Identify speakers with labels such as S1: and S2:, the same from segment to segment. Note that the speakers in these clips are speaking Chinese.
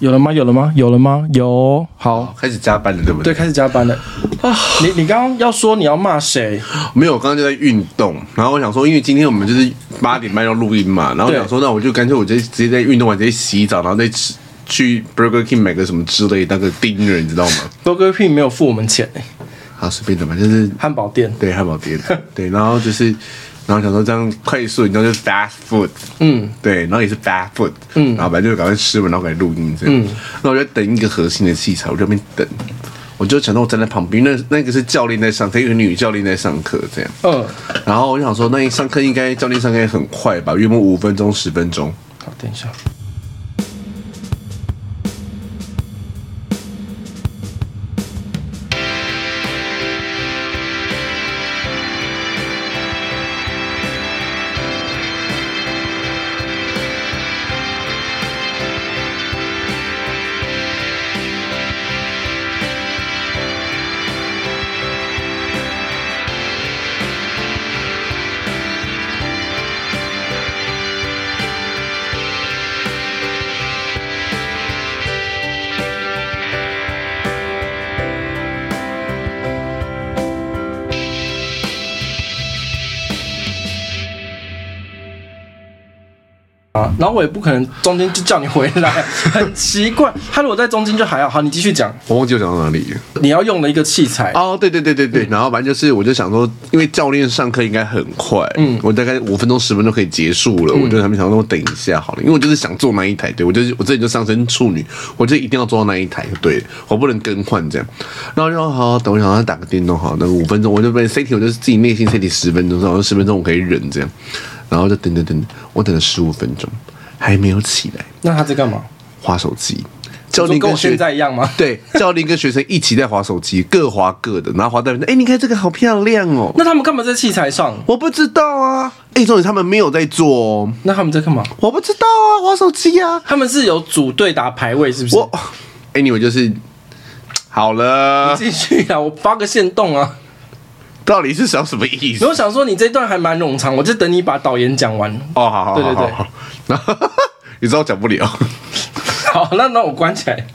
S1: 有了吗？有了吗？有了吗？有，好，
S2: 开始加班了，对不
S1: 对，
S2: 对？
S1: 开始加班了。啊，你你刚刚要说你要骂谁？
S2: 没有，我刚刚就在运动，然后我想说，因为今天我们就是八点半要录音嘛，然后我
S1: 对
S2: 想说，那我就干脆我直接直接在运动完直接洗澡，然后再吃去 Burger King 买个什么之类的那个 dinner，你知道吗？
S1: Burger King 没有付我们钱、欸，
S2: 好，随便怎么，就是
S1: 汉堡店。
S2: 对汉堡店，对，然后就是，然后想说这样快速，你知道就是 fast food，嗯，对，然后也是 fast food，嗯，然后反正就赶快吃完，然后赶快录音这样，嗯，那我就等一个核心的器材，我就在那边等，我就想到我站在旁边，那那个是教练在上课，一个女教练在上课这样，
S1: 嗯，
S2: 然后我就想说，那一上课应该教练上课也很快吧，约莫五分钟十分钟，
S1: 好，等一下。啊，然后我也不可能中间就叫你回 来，很奇怪。他如果在中间就还好。好，你继续讲
S2: 我忘记我讲到哪里了。
S1: 你要用的一个器材。
S2: 哦，对对对对对，然后反正就是，我就想说，因为教练上课应该很快，嗯，我大概五分钟十分钟可以结束了，我就在那边想说，我等一下好了，因为我就是想坐那一台，对我就是我这里就上升处女，我就一定要坐到那一台，对我不能更换这样，然后就说好，等我想要打个电动好，那个五分钟我就被 CT，我就是自己内心 CT 十分钟，然后十分钟我可以忍这样，然后就等等等，等，我等了十五分钟还没有起来，
S1: 那他在干嘛？
S2: 划手机，教
S1: 你
S2: 练
S1: 跟我
S2: 学
S1: 现在一样吗？
S2: 对，教练跟学生一起在划手机，各划各的，然后划到一半说：“哎、你看这个好漂亮哦。
S1: 那他们干嘛在器材上”？
S2: 我不知道啊，哎、重点他们没有在做哦，
S1: 那他们在干嘛？
S2: 我不知道啊，划手机啊，
S1: 他们是有组队打排位，是不是？
S2: 我 anyway 就是好了，
S1: 继续啊，我发个线动啊。
S2: 到底是想什么意
S1: 然
S2: 思？
S1: 后想说你这段还蛮冗长，我就等你把导言讲完。
S2: 哦，好好好
S1: 对对
S2: 好
S1: 对
S2: 好， 然后你知道我讲不了，
S1: 好，那那我关起来。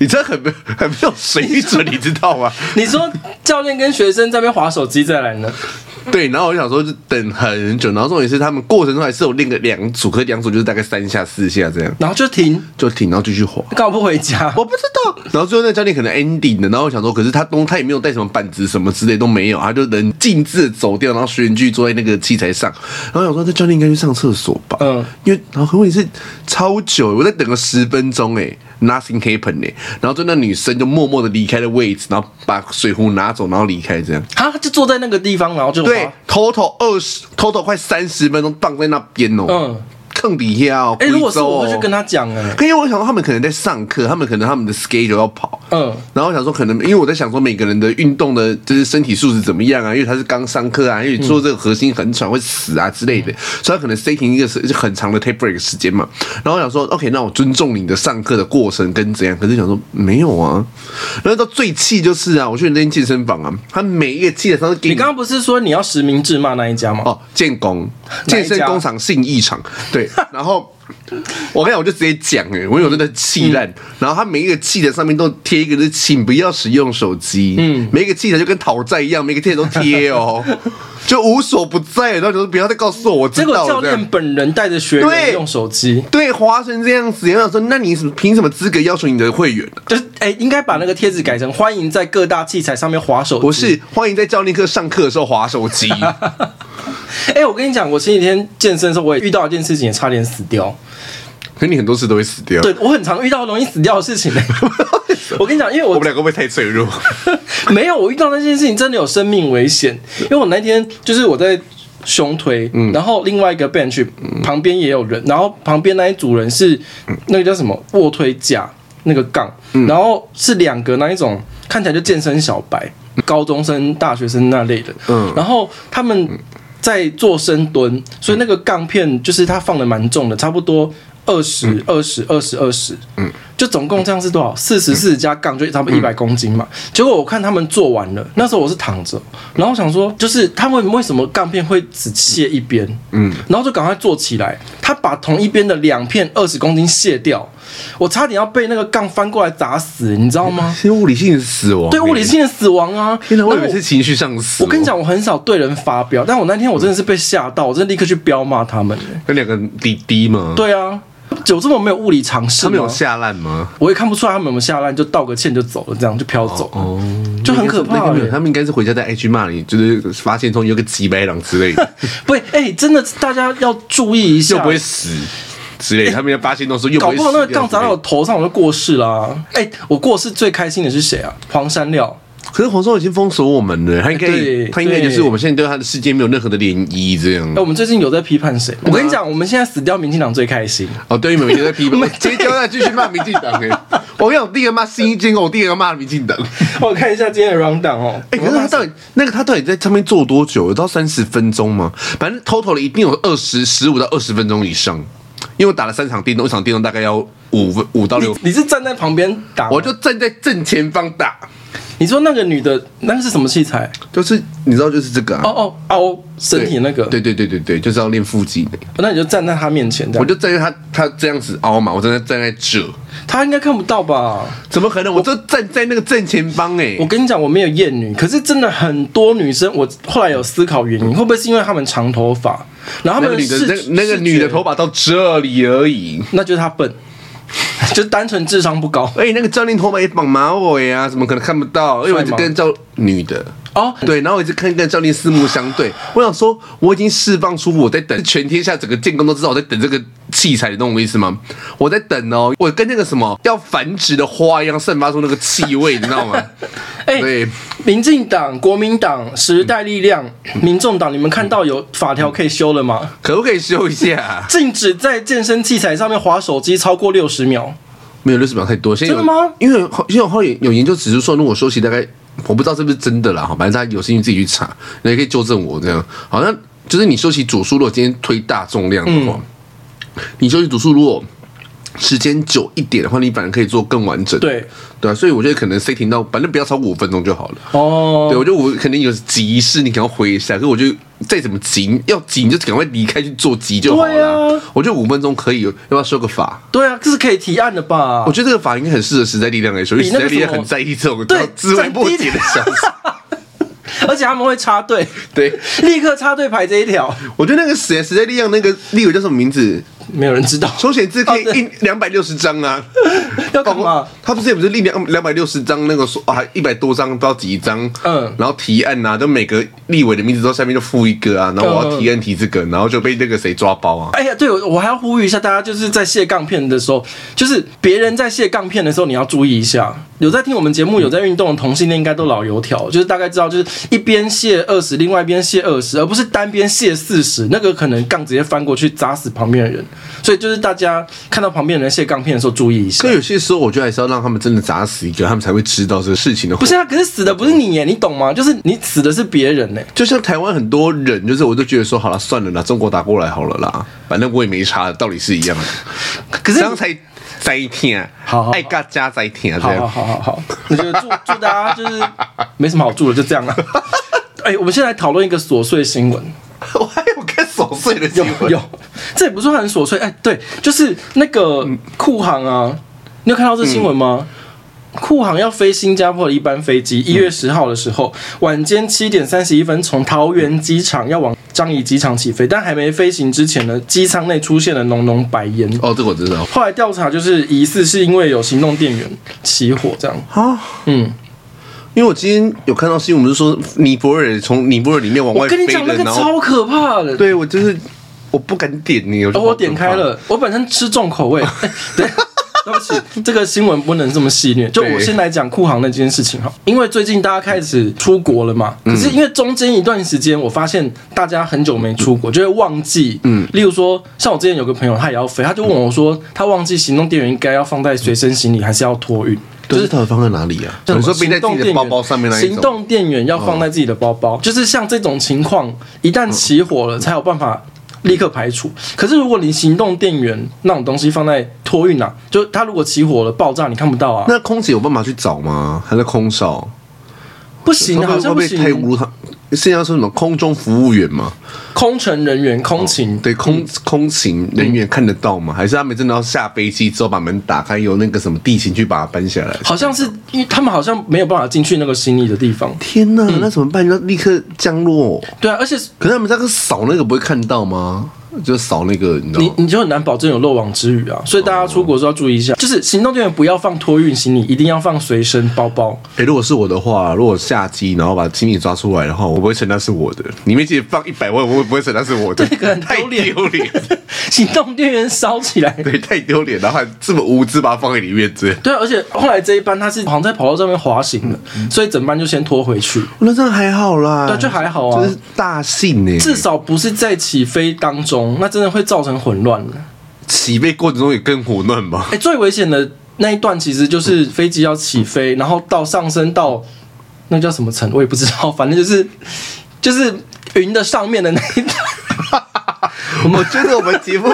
S2: 你这很没很没有水准，你知 道吗？
S1: 你说教练跟学生在那边划手机再来呢？
S2: 对，然后我就想说，就等很久，然后重点是他们过程中还是有练个两组，可是两组就是大概三下四下这样，
S1: 然后就停，
S2: 就停，然后继续滑。
S1: 干嘛不回 家？
S2: 我不知道。然后最后那教练可能 ending 了，然后我想说，可是他东他也没有带什么板子什么之类都没有，他就人径自走掉，然后学员继续坐在那个器材上。然后我想说，这教练应该去上厕所吧？
S1: 嗯
S2: 嗯，因为然后可问题是超久，我在等了十分钟哎、n o t h i n g happened 哎、然后就那女生就默默的离开了位置，然后把水壶拿走，然后离开这样。
S1: 他就坐在那个地方，然后就
S2: 对
S1: 划。
S2: ，total 二十，total 快三十分钟放在那边哦，
S1: 嗯
S2: 嗯，坑底下哦。
S1: 哎、如果是
S2: 贵州哦
S1: 我会去跟他讲哎、
S2: 可因为我想说他们可能在上课，他们可能他们的 schedule 要跑，
S1: 嗯
S2: 嗯，然后我想说可能因为我在想说每个人的运动的就是身体素质怎么样啊，因为他是刚上课啊，因为做这个核心很喘会死啊之类的，所以他可能 setting 一个是很长的 take break 时间嘛，然后我想说 OK，那我尊重你的上课的过程跟怎样，可是想说没有啊，然后到最气就是啊，我去那间健身房啊，他每一个器材上都给
S1: 你刚刚不是说你要实名制骂那一家吗？
S2: 哦，建工
S1: 哪一
S2: 健
S1: 家
S2: 身工厂信义厂， 对，然后。我跟你讲，我就直接讲哎、我有那个气烂，然后他每一个器材上面都贴一个，就是请不要使用手机。嗯，每一个器材就跟讨债一样，每个器材都贴 哦，就无所不在。然后就说不要再告诉我，我知
S1: 结果
S2: 道
S1: 教
S2: 了这
S1: 练
S2: 样。
S1: 本人带着学员
S2: 对
S1: 用手机，
S2: 对，华成这样子，然后我说那你什么凭什么资格要求你的会员啊？
S1: 就是哎、应该把那个贴纸改成欢迎在各大器材上面划手机。
S2: 不是，欢迎在教练课上课的时候划手 机。
S1: 哎、我跟你讲，我前几天健身的时候，我也遇到一件事情，也差点死掉。
S2: 可你很多次都会死掉。
S1: 对我很常遇到容易死掉的事 情、我跟你讲，因为
S2: 我
S1: 我
S2: 们两个会不会太脆 弱？
S1: 没有，我遇到那件事情真的有生命危险，因为我那天就是我在胸推，然后另外一个 bench 旁边也有人，然后旁边那一组人是那个叫什么卧推架那个杠，然后是两个那一种看起来就健身小白、高中生、大学生那类的，
S2: 嗯
S1: 然后他们在做深蹲，所以那个杠片就是它放的蛮重的，差不多二十、二十、二十、二十，嗯，嗯就总共这样是多少？四十四加杠就差不多一百公斤嘛。结果我看他们做完了，那时候我是躺着，然后想说，就是他们为什么杠片会只卸一边？嗯，然后就赶快做起来，他把同一边的两片二十公斤卸掉，我差点要被那个杠翻过来砸死，你知道吗？
S2: 是物理性的死 亡、
S1: 对，物理。性的死亡啊！
S2: 天哪，我以
S1: 然
S2: 为
S1: 后
S2: 是情绪上死、哦
S1: 我跟你，讲，我很少对人发飙，但我那天我真的是被吓到，我真的立刻去飙骂他们、欸。
S2: 那两个滴滴吗？，
S1: 对啊，有这么没有物理常识
S2: 他
S1: 吗？
S2: 们有下烂吗？
S1: 我也看不出来他们有没有下烂，就道个歉就走了，这样就飘走了，
S2: 哦，
S1: 就很可怕、
S2: 那个没有，
S1: 欸。
S2: 他们应该是回家在 IG 骂你，就是发现中有个几百两之类 的，
S1: 不会，哎、真的大家要注意一
S2: 又
S1: 下
S2: 不。会死之类的。他们要发现中说又
S1: 搞
S2: 会
S1: 哎不
S2: 死
S1: 好
S2: 掉
S1: 那
S2: 之类的，
S1: 个杠砸到我头上，我就过世啦、哎、我过世最开心的是谁啊？黄山料，
S2: 可是黄少已经封锁我们了，他应该
S1: 对
S2: 他应该
S1: 对
S2: 就是我们现在对他的世界没有任何的涟漪这样
S1: 哎、。我们最近有在批判谁吗？我跟你讲，我们现在死掉，民进党最开心。
S2: 哦，对，你们每天在批判，今天在继续骂民进党哎。我跟你讲，我第一个骂新一军，我第二个骂民进党。
S1: 我看一下今天的 round down 哦，
S2: 哎、可是他到底那个他到底在上面坐多久？有到三十分钟吗？反正 total 的一定有二十十五到二十分钟以上，因为我打了三场电动，一场电动大概要五分五到六分，
S1: 你是站在旁边打吗，
S2: 我就站在正前方打，
S1: 你说那个女的，那个是什么器材？
S2: 就是你知道就是这个啊，
S1: 哦哦，凹身体那个，
S2: 对对对对对，就是要练腹肌的。
S1: 那你就站在她面前这
S2: 我
S1: 样，
S2: 就站在他他这样子凹嘛，我站在站在这，
S1: 她应该看不到吧？
S2: 怎么可能？我就站在那个正前方哎、
S1: 我跟你讲，我没有厌女，可是真的很多女生，我后来有思考原因，会不会是因为她们长头发，然后她
S2: 那个
S1: 们
S2: 女的
S1: 视
S2: 那个那个女的，头
S1: 视觉
S2: 发到这里而已。
S1: 那就是她笨， 就单纯智商不高
S2: 而哎且那个教练头发也绑马尾啊，怎么可能看不到？因为我一直跟教女的，
S1: 哦。
S2: 对，然后我一直看跟教练四目相对。我想说，我已经释放出我在等，全天下整个建工都知道我在等这个器材，你懂我意思吗？我在等哦，我跟那个什么要繁殖的花一样，散发出那个气味，你知道吗？
S1: 哎、
S2: 对，
S1: 民进党、国民党、时代力量、民众党，你们看到有法条可以修了吗？
S2: 可不可以修一下？
S1: 禁止在健身器材上面划手机超过六十秒。
S2: 没有六十秒太多，现在有
S1: 真的吗
S2: 因为好，因为后来有研究指出说，如果休息大概，我不知道是不是真的啦，哈，反正大家有兴趣自己去查，你也可以纠正我这样。好像就是你休息组数，如果今天推大重量的
S1: 嗯
S2: 话，你休息组数如果时间久一点的话，你反而可以做更完整。
S1: 对，
S2: 对啊，所以我觉得可能 setting 到，反正不要超过五分钟就好了。
S1: 哦
S2: 对，，我觉得我肯定有急事，你赶快回一下。可是我就再怎么急，要急你就赶快离开去做急就好
S1: 对
S2: 了。
S1: 啊
S2: 我觉得五分钟可以，要不要修个法？
S1: 对啊，这是可以提案的吧
S2: 我？觉得这个法应该很适合时代力量来说，因为
S1: 比
S2: 时
S1: 那
S2: 代
S1: 个
S2: 力量
S1: 什么
S2: 很在意这种
S1: 对
S2: 知微不解的小事。
S1: 而且他们会插队，
S2: 对，
S1: 立刻插队排这一条，
S2: 我觉得那个时时代力量那个立委叫什么名字？
S1: 没有人知道
S2: 抽选制可以
S1: 哦对
S2: 印两百六十张啊，
S1: 要干
S2: 包括
S1: 嘛。
S2: 他不是也不是印两两百六十张那个说啊一百多张不知道几张，
S1: 嗯
S2: 然后提案啊，就每个立委的名字都下面就附一个啊，然后我
S1: 嗯
S2: 要提案提这个，然后就被那个谁抓包啊。
S1: 哎呀，对，我我还要呼吁一下大家，就是在卸杠片的时候，就是别人在卸杠片的时候，你要注意一下。有在听我们节目、有在运动的同性恋，应该都老油条，就是大概知道，就是一边卸二十，另外一边卸二十，而不是单边卸四十，那个可能杠直接翻过去砸死旁边的人。所以就是大家看到旁边的人卸杠片的时候，注意一下
S2: 所以。有些时候，我觉得还是要让他们真的砸死一个，他们才会知道这个事情的后
S1: 不是啊，可是死的不是你耶，你懂吗？就是你死的是别人呢。
S2: 就像台湾很多人，就是我就觉得说，好了，算了啦，中国打过来好了啦，反正我也没差，道理是一样的。
S1: 可是
S2: 这样才在听，啊
S1: 好好
S2: 爱大家在听啊这
S1: 好好
S2: 样。
S1: 好好好，那就祝祝大家就是没什么好祝的，就这 样了。哎、我们现在讨论一个琐碎新闻，
S2: 我还有看琐碎的新
S1: 有
S2: 闻，
S1: 有，这也不是很琐碎。哎、对，就是那个
S2: 嗯
S1: 库航啊，你有看到这新闻吗？库航要飞新加坡的一班飞机，一
S2: 嗯
S1: 月十号的时候，晚间七点三十一分从桃园机场要往樟宜机场起飞，但还没飞行之前呢，机舱内出现了浓浓白烟。
S2: 哦，这个我知道
S1: 后来调查就是疑似是因为有行动电源起火这样。
S2: 啊。
S1: 嗯，
S2: 因为我今天有看到新闻，不是说尼泊尔从尼泊尔里面往
S1: 我
S2: 外飞
S1: 跟你
S2: 的
S1: 讲，那，个
S2: 然后
S1: 超可怕的。
S2: 对我就是我不敢点你，我就
S1: 哦，我点开，了，我本身吃重口 味。哎对，对不起，这个新闻不能这么戏虐。就我
S2: 对
S1: 先来讲库航那件事情哈，因为最近大家开始出国了嘛，
S2: 嗯
S1: 可是因为中间一段时间，我发现大家很久没出国，就会忘记。嗯，例如说，像我之前有个朋友，他也要飞，他就问我说，他忘记行动电源应该要放在随身行李，还是要托运？
S2: 就是它的放在哪里啊？
S1: 像
S2: 你说
S1: 什
S2: 背
S1: 么行
S2: 在自
S1: 动电
S2: 己的
S1: 源
S2: 包包上面那一
S1: 行
S2: 种，嗯
S1: 动电源要放在自己的包包，就是像这种情况，一旦起火了才有办法立刻排除。可是如果你行动电源那种东西放在托运啊，就它如果起火了爆炸，你看不到啊，
S2: 那空姐有办法去找吗？还是空少？
S1: 不行
S2: 会
S1: 啊，好
S2: 不会会
S1: 像不
S2: 不会太侮
S1: 行。
S2: 辱他？现在说什么空中服务员吗？
S1: 空乘人员、空勤，
S2: 哦对，空空勤人员看得到吗？还是他们真的要下飞机之后把门打开，由那个什么地勤去把它搬下来？
S1: 好像是因为他们好像没有办法进去那个行李的地方。
S2: 天哪，
S1: 嗯
S2: 那怎么办？要立刻降落？
S1: 对啊，而且
S2: 可是他们那个扫那个不会看到吗？就扫那个，你知道
S1: 你
S2: 吗？
S1: 你就很难保证有漏网之鱼啊，所以大家出国的时候要注意一
S2: 嗯
S1: 下，就是行动电源不要放托运行李，一定要放随身包包。
S2: 哎、如果是我的话，如果下机然后把行李抓出来的话，我不会承担是我的。你们姐放一百万，我也不会承担是我的，
S1: 这个很
S2: 太
S1: 丢脸
S2: 丢脸，
S1: 行动电源烧起来。
S2: 对，太丢脸，然后还这么无知把它放在里面，这样
S1: 对啊，而且后来这一班他是好像在跑道上面滑行的，
S2: 嗯
S1: 所以整班就先拖回去，
S2: 那这样还好啦，
S1: 对就还好啊
S2: 这是大幸欸呢、
S1: 至少不是在起飞当中，那真的会造成混乱的。
S2: 起飞过程中也更混乱吧？
S1: 哎、最危险的那一段其实就是飞机要起飞，然后到上升到那叫什么层，我也不知道， 反正就是就是云的上面的那一段。
S2: 我觉得我们节目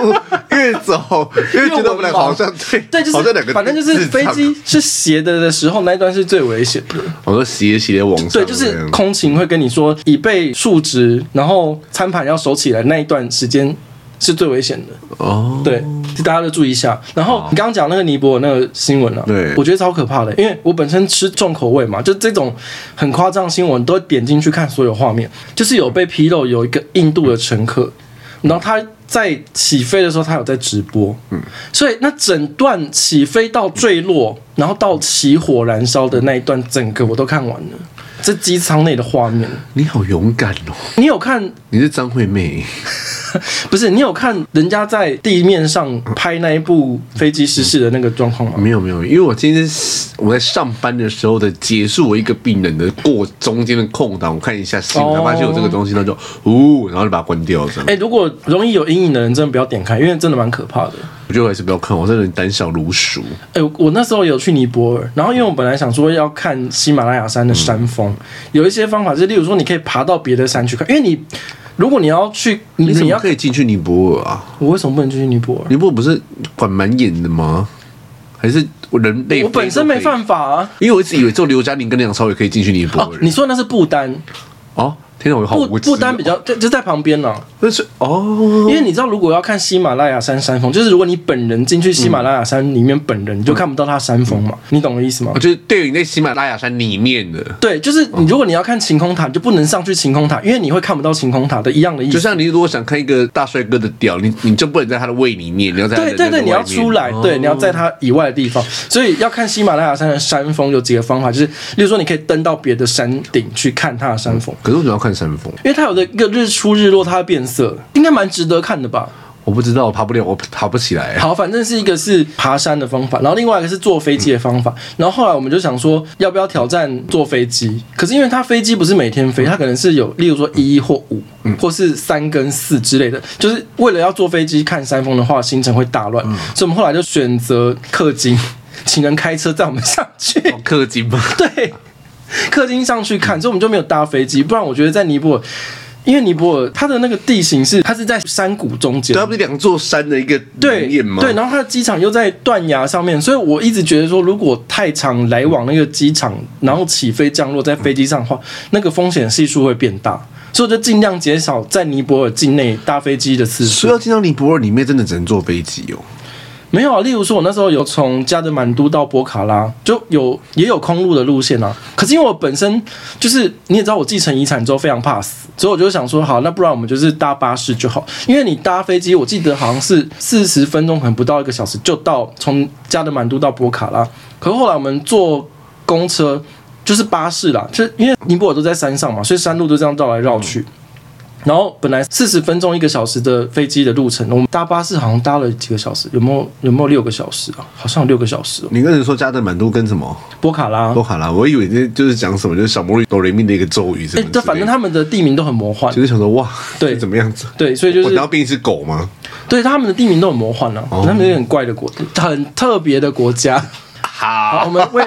S2: 越走越觉得我们两个好像对，
S1: 对，就是
S2: 好像两个，
S1: 反正就是飞机。是斜的的时候，那一段是最危险的。
S2: 我说斜斜往上，
S1: 对，就是空勤会跟你说，椅背竖直，然后餐盘要收起来，那一段时间是最危险的。
S2: 哦，
S1: 对，大家就注意一下。然后你刚刚讲那个尼泊尔那个新闻啊，
S2: 对
S1: 我觉得超可怕的，因为我本身吃重口味嘛，就这种很夸张的新闻都会点进去看所有画面，就是有被披露有一个印度的乘客，然后他在起飞的时候他有在直播，嗯，所以那整段起飞到坠落，然后到起火燃烧的那一段，整个我都看完了，这机舱内的画面，
S2: 你好勇敢哦！
S1: 你有看
S2: 你是张惠妹，
S1: 不是你有看人家在地面上拍那一部飞机失事的那个状况吗？
S2: 没有没有，因为我今天是我在上班的时候的结束我一个病人的过中间的空档，我看一下新闻，
S1: 哦
S2: 发现有这个东西，那就呜，然后就把它关掉，这样。
S1: 哎、如果容易有阴影的人，真的不要点开，因为真的蛮可怕的。
S2: 我觉得我还是不要看，我真的胆小如鼠。
S1: 哎、我我那时候有去尼泊尔，然后因为我本来想说要看喜马拉雅山的山峰，有一些方法是，例如说你可以爬到别的山去看，因为你如果你要去，你
S2: 你怎
S1: 你
S2: 么
S1: 要
S2: 可以进去尼泊尔啊？
S1: 我为什么不能去尼泊尔？
S2: 尼泊尔不是管蛮严的吗？还是我人类？
S1: 我本身没，犯法啊。
S2: 因为我一直以为只有刘嘉玲跟梁朝伟可以进去尼泊
S1: 哦，
S2: 尔。
S1: 你说那是不丹，
S2: 哦，天哪，我好
S1: 不
S2: 无知哦。
S1: 不丹比较就就在旁边呢、啊
S2: 那是哦，
S1: 因为你知道，如果要看喜马拉雅山山峰，就是如果你本人进去喜马拉雅山里面，本人你就看不到它山峰嘛，你懂我意思吗
S2: 我？嗯哦就是哦电影在喜马拉雅山里面的。
S1: 对，就是你如果你要看晴空塔，你就不能上去晴空塔，因为你会看不到晴空塔的一样的意
S2: 就
S1: 思。
S2: 像你如果想看一个大帅哥的屌，你你就不能在他的胃里面，你要在他的
S1: 对对
S2: 那
S1: 对，
S2: 个
S1: 你
S2: 外
S1: 要
S2: 面哦
S1: 出来，对，你要在它以外的地方，所以要看喜马拉雅山的山峰有几个方法，就是例如说你可以登到别的山顶去看它的山峰，
S2: 可是为什么要看山峰？
S1: 因为它有的一个日出日落，它会变色，应该蛮值得看的吧？
S2: 我不知道，我爬不了，我爬不起来。
S1: 好，反正是一个是爬山的方法，然后另外一个是坐飞机的方法。然后后来我们就想说，要不要挑战坐飞机？可是因为它飞机不是每天飞，它可能是有，例如说一或五，或是三跟四之类的。就是为了要坐飞机看山峰的话，行程会大乱，所以我们后来就选择氪金，请人开车载我们上去。
S2: 氪金吗？
S1: 对，氪金上去看，所以我们就没有搭飞机。不然我觉得在尼泊尔，因为尼泊尔它的那个地形是它是在山谷中间
S2: 对，，它不是两座山的一个
S1: 对
S2: 理念吗？
S1: 对，然后它的机场又在断崖上面，所以我一直觉得说，如果太常来往那个机场，然后起飞降落在飞机上的话，那个风险系数会变大，所以我就尽量减少在尼泊尔境内搭飞机的次
S2: 所以
S1: 数。
S2: 要进到尼泊尔里面，真的只能坐飞机哦。
S1: 没有啊，例如说，我那时候有从加德满都到波卡拉，就有也有空路的路线啊。可是因为我本身就是你也知道，我继承遗产之后非常怕死，所以我就想说，好，那不然我们就是搭巴士就好。因为你搭飞机，我记得好像是四十分钟，可能不到一个小时就到从加德满都到波卡拉。可是后来我们坐公车，就是巴士啦，就是因为尼泊尔都在山上嘛，所以山路都这样绕来绕去。然后本来四十分钟一个小时的飞机的路程，我们搭巴士好像搭了几个小时，有没有有没有六个小时啊？好像有六个小时、哦。
S2: 你跟人说加德满都跟什么
S1: 波卡拉
S2: 都，好啦，我以为这就是讲什么，就是小魔女哆瑞咪的一个咒语什
S1: 哎
S2: 么，之
S1: 对，
S2: 类的。
S1: 反正他们的地名都很魔幻
S2: 就，是想说哇，
S1: 对
S2: 是怎么样子？
S1: 对，所以就
S2: 我哦
S1: 是
S2: 要变一只狗吗？
S1: 对他们的地名都很魔 幻啊，他们有点怪的国，很特别的国家。
S2: 好
S1: 好，我们为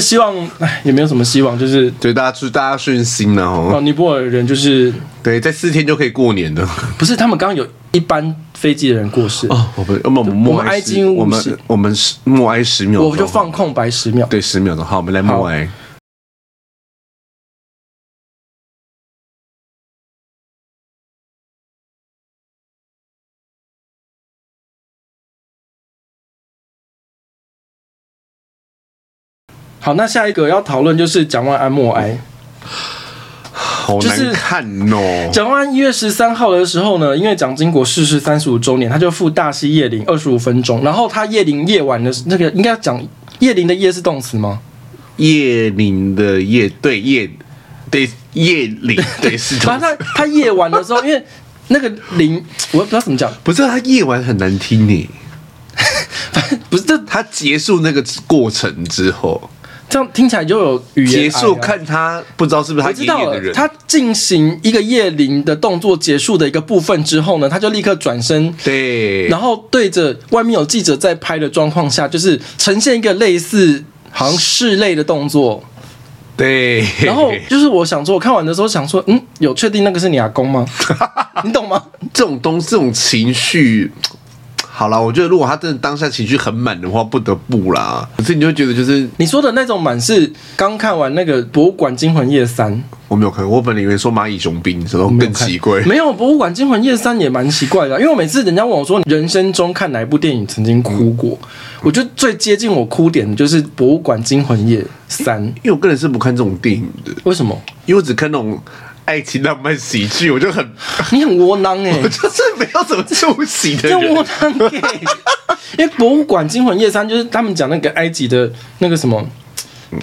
S1: 希望，哎，也没有什么希望，就是
S2: 对，大家祝大家顺心然后
S1: 哦，尼泊尔人就是
S2: 对，在四天就可以过年的。
S1: 不是他们刚刚有一班飞机的人过世，
S2: 哦，我们我们默
S1: 我们哀
S2: 哀十
S1: 今勿
S2: 我
S1: 喜
S2: 们我们是默哀十秒钟，
S1: 我就放空白十秒。
S2: 对十秒钟。好，我们来
S1: 好
S2: 默哀。
S1: 好，那下一个要讨论就是蒋万安默哀。
S2: 好
S1: 就是
S2: 难看哦。
S1: 蒋万安一月十三号的时候呢，因为蒋经国逝世三十五周年，他就赴大溪夜林二十五分钟。然后他夜林夜晚的那个应该讲夜林的夜是动词吗？
S2: 夜林的夜，对夜，对夜 林，对是这
S1: 反
S2: 样子。
S1: 正他他夜晚的时候，因为那个林，我也不知道怎么讲，
S2: 不是他夜晚很难听呢，
S1: 不是这
S2: 他结束那个过程之后，
S1: 这样听起来就有语言、
S2: 结束。看他不知道是不是他
S1: 我
S2: 爷
S1: 知道
S2: 爷的
S1: 了，
S2: 人，
S1: 他进行一个夜林的动作结束的一个部分之后呢，他就立刻转身
S2: 对，
S1: 然后对着外面有记者在拍的状况下，就是呈现一个类似好像室内的动作。
S2: 对，
S1: 然后 就是我想说，我看完的时候想说，嗯，有确定那个是你阿公 吗？你懂吗？
S2: 这种东这种情绪。好啦，我觉得如果他真的当下情绪很满的话，不得不啦。可是你就会觉得就是
S1: 你说的那种满是刚看完那个《博物馆惊魂夜三》，
S2: 我没有看，我本来以为说蚂蚁雄兵，什么
S1: 没有
S2: 更
S1: 看
S2: 奇怪。
S1: 没有《博物馆惊魂夜三》也蛮奇怪的啊、因为我每次人家问我说人生中看哪一部电影曾经哭过，
S2: 嗯
S1: 我觉得最接近我哭点的就是《博物馆惊魂夜三》。
S2: 因为我个人是不看这种电影的，
S1: 为 什么？
S2: 因为我只看那种爱情浪漫喜剧，我就很
S1: 你很窝囊哎、
S2: 我就是没有什么出息的
S1: 就
S2: 人。
S1: 窝囊 gay，因为 博物馆《惊魂夜三》就是他们讲那个埃及的那个什么，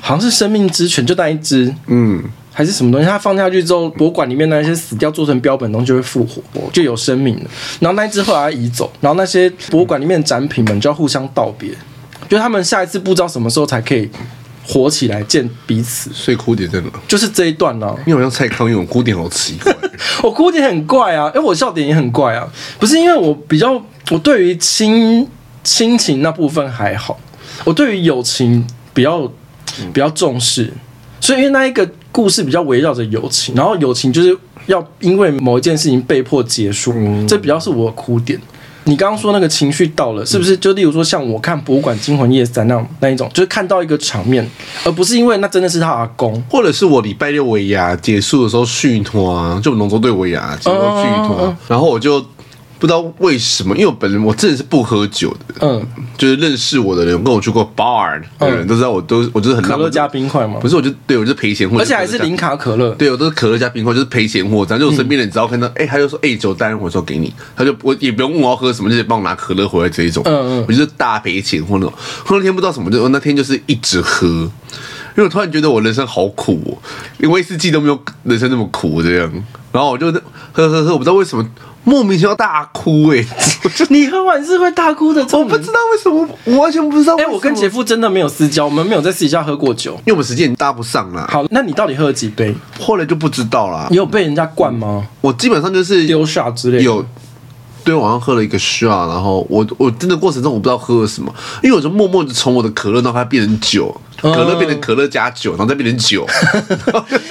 S1: 好像是生命之泉，就那一只，
S2: 嗯，
S1: 还是什么东西，它放下去之后，博物馆里面那些死掉做成标本的东西就会复活，就有生命了。然后那一只后来移走，然后那些博物馆里面的展品们就要互相道别，就他们下一次不知道什么时候才可以活起来见彼此，
S2: 所以哭点在哪？
S1: 就是这一段呢、
S2: 你好像蔡康永，哭点好奇怪。
S1: 我哭点很怪啊，因为我笑点也很怪啊，不是因为我比较，我对于亲亲情那部分还好，我对于友情比较
S2: 嗯
S1: 比较重视，所以因为那一个故事比较围绕着友情，然后友情就是要因为某一件事情被迫结束，
S2: 嗯
S1: 这比较是我的哭点。你刚刚说那个情绪到了，是不是？
S2: 嗯
S1: 就例如说，像我看《博物馆惊魂夜三》那种那一种，就是看到一个场面，而不是因为那真的是他阿公，
S2: 或者是我礼拜六尾牙结束的时候续托啊，就我们龙舟队尾牙结束续托啊、
S1: 嗯嗯嗯
S2: 然后我就不知道为什么，因为我本人我真的是不喝酒的，
S1: 嗯，
S2: 就是认识我的人跟我去过 bar 的人、
S1: 嗯
S2: 都知道我都我就是很
S1: 可
S2: 浪
S1: 乐
S2: 漫
S1: 加冰块吗
S2: 不？是我就对我就是赔钱货，
S1: 而且还是
S2: 零。
S1: 零卡可乐，
S2: 对，我都是可乐加冰块，就是赔钱货。然后就我
S1: 嗯
S2: 身边的人只要看到，哎、他就说，哎、酒单，我说给你，他就我也不用问我要喝什么，就直接帮我拿可乐回来这一种。
S1: 嗯嗯
S2: 我就是大赔钱货那种。喝那天不知道什么，就我那天就是一直喝，因为我突然觉得我人生好苦、哦，连威士忌都没有人生那么苦这样。然后我就喝喝喝，我不知道为什么莫名其妙大哭、哎， 我就
S1: 你喝完是会大哭的，我
S2: 我不知。道为什么，我完全不知道为
S1: 哎、
S2: 什么。
S1: 我跟姐夫真的没有私交，我们没有在私底下喝过酒。
S2: 因为我们时间也搭不上啦，
S1: 好，那你到底喝了几杯？
S2: 后来就不知道啦
S1: 你。有被人家灌吗？
S2: 我基本上就是
S1: 丢下之类的？，
S2: 有对我好像喝了一个 shot，然后我我真的过程中我不知道喝了什么，因为我就默默的从我的可乐到它变成酒，
S1: 嗯
S2: 可乐变成可乐加酒，然后再变 成酒，然后就是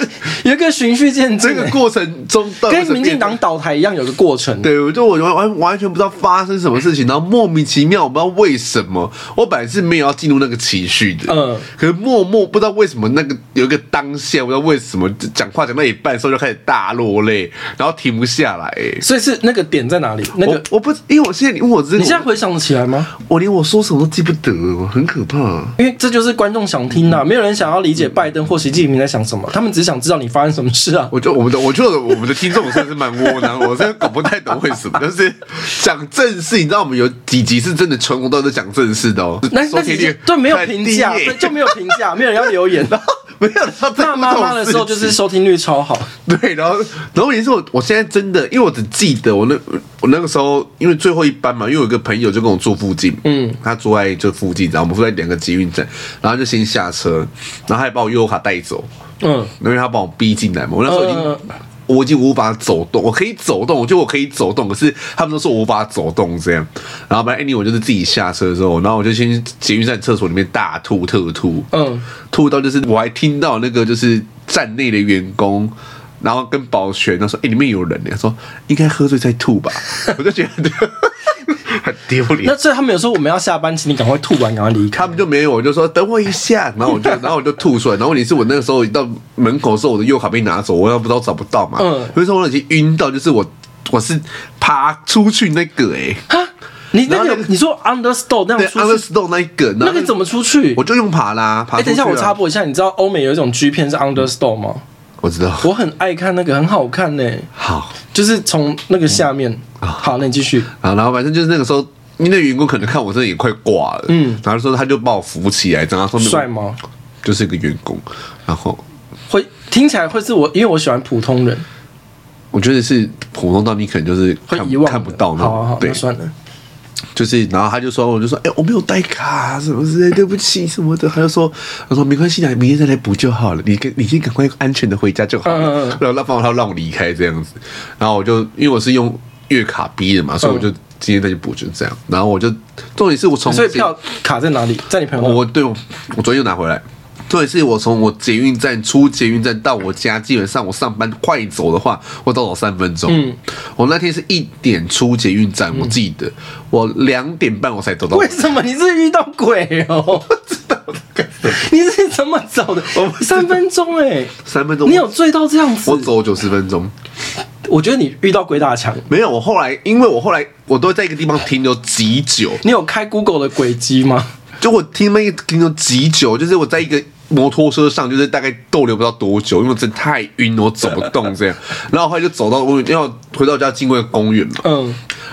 S1: 有一个循序渐进、
S2: 这个过程中到底
S1: 跟
S2: 是
S1: 民进党
S2: 变。
S1: 倒台一样，有个过程。
S2: 对，我就我完完完全不知道发生什么事情，然后莫名其妙，我不知道为什么，我本来是没有要进入那个情绪的，
S1: 嗯
S2: 可是默默不知道为什么那个有一个当下，不知道为什么讲话讲到一半的时候就开始大落泪，然后停不下来、欸
S1: 所以是那个点在哪里？那个
S2: 我我不，因为我现在你问我这个，
S1: 你现在回想得起来吗？
S2: 我连我说什么都记不得，很可怕、
S1: 因为这就是观众想听的、啊
S2: 嗯
S1: 没有人想要理解拜登或习近平在想什么，他们只想知道你发生什么事啊。
S2: 我觉得我们的，我觉得我们的听众算是蛮窝囊，我真的搞不太懂为什么。但是讲正事，你知道我们有几集是真的全国都在讲正事的哦。
S1: 那那
S2: 收
S1: 几
S2: 听
S1: 集
S2: 率
S1: 对没有
S2: 很
S1: 评
S2: 低
S1: 价，
S2: 耶
S1: 对就没有评价，没有人要留言。
S2: 没有到这
S1: 骂妈妈的时候就是 收听率超好。
S2: 对，然后然后也是我，我现在真的，因为我只记得我那我那个时候，因为最后一班嘛，因为有一个朋友就跟我住附近，嗯，他住在就附近，然后我们住在两个集运站，然后就先下车，然后他还把我悠游卡带走，
S1: 嗯，
S2: 因为他把我逼进来嘛，我那时候已经。
S1: 嗯嗯
S2: 我我已经无法走动，我可以走动，我觉得我可以走动，可是他们都说我无法走动这样。然后反正 anyway 我就是自己下车之后，然后我就先去捷运站厕所里面大吐特吐，
S1: 嗯，
S2: 吐到就是我还听到那个就是站内的员工。然后跟保全他说：“哎、里面有人呢。”他说：“应该喝醉再吐吧。”我就觉得 很丢脸。
S1: 那所以他们有说我们要下班，请你赶快吐完，赶快离开
S2: 他。们就没有，我就说等我 一下，然后我就然后我就吐出来，然后问题是我那个时候一到门口的时候，我的右卡被拿走，我要不知道找不到嘛，
S1: 嗯
S2: 所以说我已经晕到，就是我我是爬出去那个哎、
S1: 哈，你那
S2: 然
S1: 个
S2: 后那个
S1: 你说 understore 那
S2: 对
S1: 样
S2: u n
S1: 出去，
S2: d e r s t o r 那一个，
S1: 那个怎
S2: 么
S1: 么出去
S2: 我？就用爬啦，爬、啊
S1: 哎，等一下，我插
S2: 插播，
S1: 播一下，你知道欧美有一种 G 片是 understore 吗？
S2: 我知道，
S1: 我很爱看那个，很好看呢、
S2: 好，
S1: 就是从那个下面。
S2: 嗯
S1: 好，那你继续。
S2: 啊，然后反正就是那个时候。因为那个员工可能看我真的也快挂了，嗯，然后说他就把我扶起来，然后说
S1: 帅吗？
S2: 就是一个员工，然后
S1: 会听起来会是我，因为我喜欢普通人，
S2: 我觉得是普通到你可能就是
S1: 会
S2: 看
S1: 遗忘的
S2: 看不到那
S1: 好好
S2: 种
S1: 好，，
S2: 对
S1: 那，算了。
S2: 就是，然后他就说，我就说，哎、我没有带卡，啊什么之 类，对不起什么的。他就说，他说没关系啦，明天再来补就好了。你跟你先赶快安全的回家就好了。
S1: 嗯嗯嗯
S2: 然后那帮他让我离开这样子，然后我就因为我是用月卡逼的嘛，所以我就今天再去补就这样。然后我就重点是我从
S1: 嗯所以票卡在哪里？在你朋友那。
S2: 我对我我昨天又拿回来。重点是我从我捷运站出捷运站到我家，基本上我上班快走的话，我到早三分钟。嗯，我那天是一点出捷运站，我记得我两点半我才走到。
S1: 嗯为什么你是遇到鬼 哦？你是怎么找的
S2: 我不？知道
S1: 三分钟哎、
S2: 三分钟？
S1: 你有醉到这样子？
S2: 我
S1: 我
S2: 走九十分钟？
S1: 我觉得你遇到鬼打墙，
S2: 没有，我后来因为我后来我都在一个地方停留极久，
S1: 你有开 Google 的轨迹吗？
S2: 就我停那个停留极久，就是我在一个摩托车上，就是大概逗留不到多久，因为我真的太晕了，我走不动这样。然后后来就走到我要回到家，经过一个公园嘛，
S1: 嗯，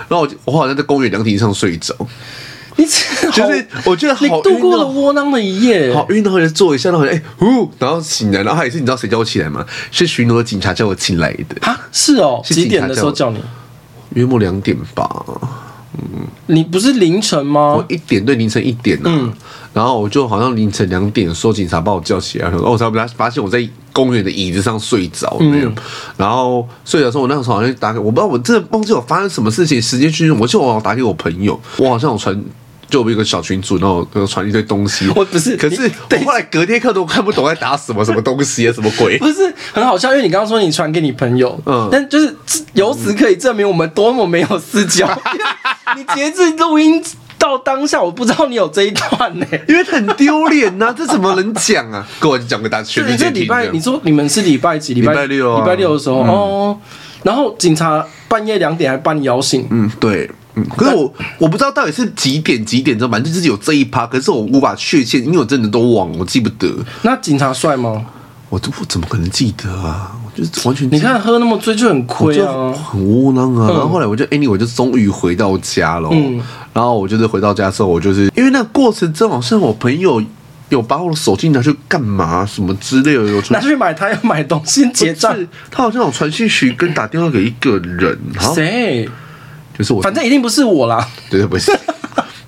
S2: 然后我就我好像在公园凉亭上睡着，
S1: 你就是
S2: 就是我觉得好
S1: 你度过了
S2: 晕哦
S1: 窝囊的一夜，
S2: 好晕，然后就坐一下，然后就哎呼，然后醒来，然后还是你知道谁叫我起来吗？是巡逻警察叫我起来的，
S1: 啊？是哦，
S2: 是
S1: 几
S2: 警察
S1: 点的时候叫你？
S2: 约莫两点吧。
S1: 你不是凌晨
S2: 我
S1: 吗？
S2: 哦一点对凌晨一点啊，
S1: 嗯
S2: 然后我就好像凌晨两点说警察把我叫起来，然后我才发发现我在公园的椅子上睡着
S1: 嗯
S2: 那样，然后睡着的时候，我那时候好像打给我不知道我真的忘记我发生什么事情，时间去，我记得我好像打给我朋友，我好像有传。就有一个小群主，然后呃传一堆东西。
S1: 我不是
S2: 可是
S1: 你
S2: 我后来隔天课都看不懂在打什么什么东西啊，什么 鬼？
S1: 不是很好笑，因为你刚刚说你传给你朋友，
S2: 嗯
S1: 但就是这由此可以证明我们多么没有私交。你截至录音到当下，我不知道你有这一段呢、
S2: 因为很丢脸呐，这怎么能讲啊？跟我讲给大家全
S1: 对，
S2: 世
S1: 这
S2: 界
S1: 礼
S2: 听
S1: 拜
S2: 的
S1: 你说你们是礼拜几？礼
S2: 礼拜六啊
S1: 礼拜六的时候、哦。然后警察半夜两点还把你摇醒，
S2: 嗯，对，嗯，可是我我不知道到底是几点几点，知道吗？反正就是有这一趴，可是我无法确切，因为我真的都忘了，我记不得，
S1: 那警察帅吗？
S2: 我都我怎么可能记得啊？我就是完全
S1: 你看喝那么醉就很
S2: 我
S1: 亏
S2: 就
S1: 啊。
S2: 很窝囊啊。然后后来我就 anyway 我就终于回到家了，
S1: 嗯
S2: 然后我就是回到家之后，我就是因为那个过程中好像我朋友有把我的手机拿去干嘛什么之类的，有
S1: 拿
S2: 传
S1: 去买他要买东西结账，
S2: 是他好像有传讯息跟打电话给一个人，好像
S1: 谁？
S2: 就是我
S1: 反正一定不是我啦。
S2: 对对不是。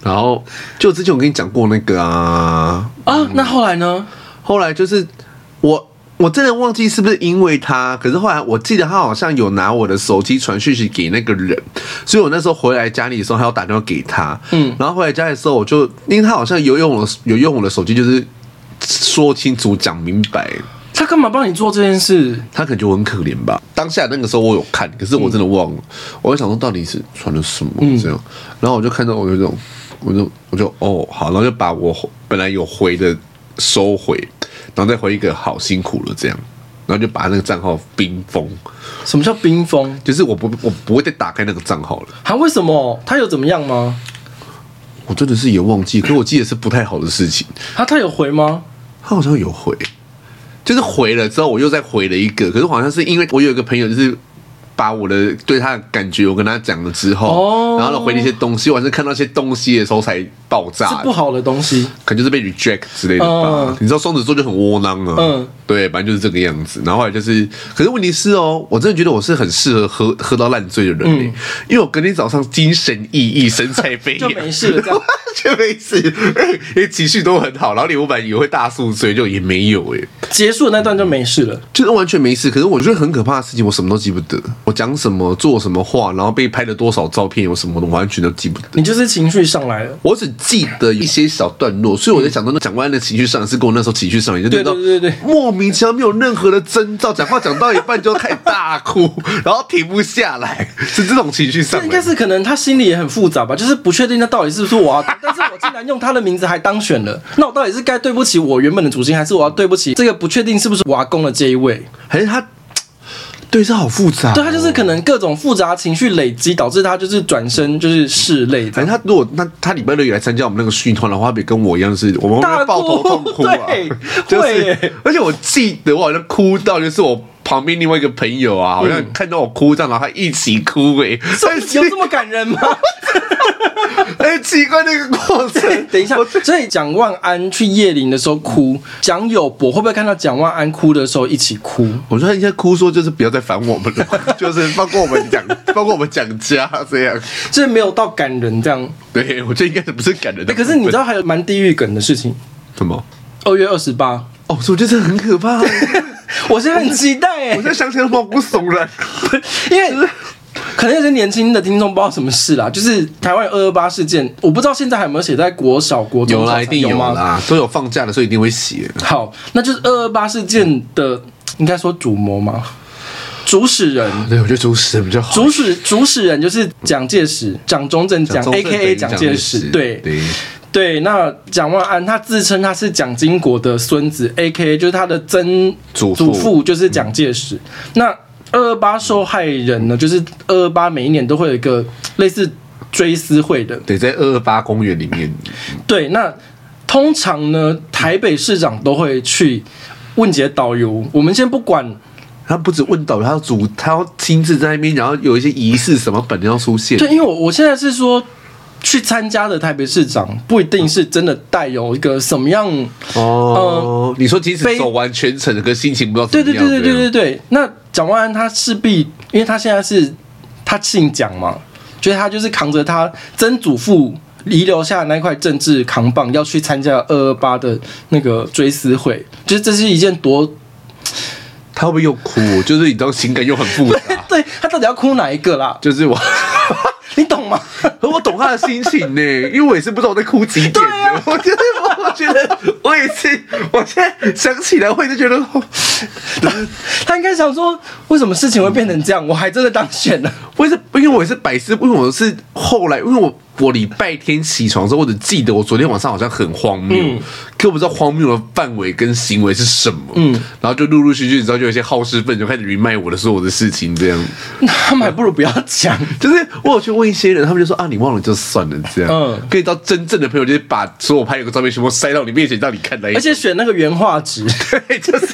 S2: 然后就之前我跟你讲过那个啊，
S1: 啊，那后来呢？
S2: 后来就是我我真的忘记是不是因为他，可是后来我记得他好像有拿我的手机传讯息给那个人，所以我那时候回来家里的时候，他要打电话给他，嗯，然后回来家里的时候，我就因为他好像有用我的有用我的手机，就是说清楚讲明白。
S1: 他干嘛帮你做这件事？
S2: 他可能觉得我很可怜吧。当下那个时候我有看，可是我真的忘了。我就想说到底是传了什么这样，然后我就看到我就这种，我就我就哦好，然后就把我本来有回的收回，然后再回一个好辛苦了这样，然后就把那个账号冰封，
S1: 什么叫冰封？
S2: 就是我不我不会再打开那个账号了。
S1: 他、啊为什么？他有怎么样吗？
S2: 我真的是也忘记，可我记得是不太好的事情。
S1: 啊他、他有回吗？
S2: 他好像有回，就是回了之后，我又再回了一个。可是好像是因为我有一个朋友，就是把我的对他的感觉，我跟他讲了之后，
S1: 哦
S2: 然后呢回了一些东西，我还是看到一些东西的时候才爆
S1: 是
S2: 炸
S1: 不，好的东西。
S2: 可能就是被 reject 之类的吧。
S1: 嗯
S2: 你知道双子座就很窝囊啊，
S1: 嗯
S2: 对，反正就是这个样子。然后后来就是，可是问题是哦，我真的觉得我是很适合喝喝到烂醉的人、
S1: 嗯
S2: 欸因为我隔天早上精神奕奕，神采飞 扬，
S1: 就没事了这 样
S2: 就没事，因为情绪都很好，然后你我本来以为会大宿醉，就也没有哎、欸
S1: 结束的那段就没事了。
S2: 就是完全没事。可是我觉得很可怕的事情，我什么都记不得，我讲什么、做什么话，然后被拍了多少照片，有什么我完全都记不得。
S1: 你就是情绪上来了，
S2: 我只记得一些小段落，所以我在想到那蒋万安的情绪上是跟我那时候情绪上也就
S1: 对对对对对
S2: 莫名其妙没有任何的征兆，讲话讲到一半就开始大哭，然后停不下来，是这种情绪上
S1: 这
S2: 来。
S1: 应该是可能他心里也很复杂吧，就是不确定他到底是不是 我要当，但是我竟然用他的名字还当选了，那我到底是该对不起我原本的主心，还是我要对不起这个不确定是不是我阿公的这一位？
S2: 还是他，对，这好复杂、
S1: 对他就是可能各种复杂情绪累积，导致他就是转身就是拭泪这样。
S2: 反正他如果那他礼拜六也来参加我们那个训团的话，他别跟我一样是，我们
S1: 大
S2: 会
S1: 哭
S2: 抱头痛哭啊，
S1: 对
S2: 就
S1: 会
S2: 是
S1: 耶，
S2: 而且我记得我好像哭到就是我旁边另外一个朋友
S1: 嗯
S2: 啊，好像看到我哭这样，然后他一起哭哎、欸，
S1: 这
S2: 很奇
S1: 有这么感人吗？
S2: 很哎奇怪那个过程。
S1: 等一下
S2: 我，
S1: 所以蒋万安去夜林的时候哭，蒋友柏会不会看到蒋万安哭的时候一起哭？
S2: 我说他应该哭说就是不要再烦我们了， 就是包括我们讲， 包括我们讲家这样。
S1: 就是没有到感人这样。
S2: 对，我觉得应该是不是感人的
S1: 哎、
S2: 部分、
S1: 可是你知道还有蛮地狱梗的事情，
S2: 什么？
S1: 二月二十八，
S2: 哦，所以我觉得这很可怕、
S1: 我现在很期待哎、
S2: 我现在想起来毛骨悚 然。
S1: 因为可能有些年轻的听众不知道什么事啦，就是台湾二二八事件，我不知道现在还有没有写在国小、国中
S2: 有
S1: 小
S2: 啦，
S1: 才
S2: 一定有
S1: 吗？
S2: 啦，都有放假的，所以一定会写。
S1: 好，那就是二二八事件的，应该说主谋吗？主使人。
S2: 对，我觉得主持人比较好。
S1: 主使主使人就是蒋介石，蒋中正蒋
S2: 中正
S1: A K
S2: 等于
S1: A 蒋介石，对
S2: 对，
S1: 对。那蒋万安他自称他是蒋经国的孙子，A K A 就是他的曾
S2: 祖父
S1: 祖父，就是蒋介石。那二二八受害人呢，就是二二八每一年都会有一个类似追思会的，
S2: 对，在二二八公园里面，
S1: 对。那通常呢，台北市长都会去问解导游，我们先不管
S2: 他不止问导，他要主，他要亲自在那边，然后有一些仪式什么本人要出现。
S1: 对，因为我我现在是说，去参加的台北市长不一定是真的带有一个什么样，
S2: 哦，你说即使
S1: 非
S2: 走完全程，可心情不知道怎
S1: 对对
S2: 么
S1: 对对
S2: 样。
S1: 对
S2: 这样
S1: 对对。那蒋万安他势必，因为他现在是他姓蒋嘛，就是他就是扛着他曾祖父遗留下的那块政治扛棒，要去参加二二八的那个追思会，就是这是一件多。，
S2: 他会不会又哭？就是你知道情感又很复杂
S1: 对他到底要哭哪一个啦？
S2: 就是我。
S1: 你懂吗？
S2: 可我懂他的心情呢，因为我也是不知道我在哭几点的。
S1: 啊
S2: 我觉得，我觉得我也是，我现在想起来，我也是觉得，
S1: 他应该想说，为什么事情会变成这样？我还真的当选了。
S2: 我也是，因为我也是百思，因为我是后来，因为我我礼拜天起床的时候，我只记得我昨天晚上好像很荒谬，
S1: 嗯
S2: 可我不知道荒谬的范围跟行为是什么。嗯，然后就陆陆续续，你知道，就有一些好事分子就开始 remind 我的所有的事情，这样。
S1: 那他们还不如不要讲。
S2: 就是我有去问一些人，他们就说啊，你忘了就算了，这样。嗯
S1: 嗯，
S2: 可以到真正的朋友，就是把所有拍有个照片全部塞到你面前，让你看哎来。
S1: 而且选那个原画质，
S2: 对，就是。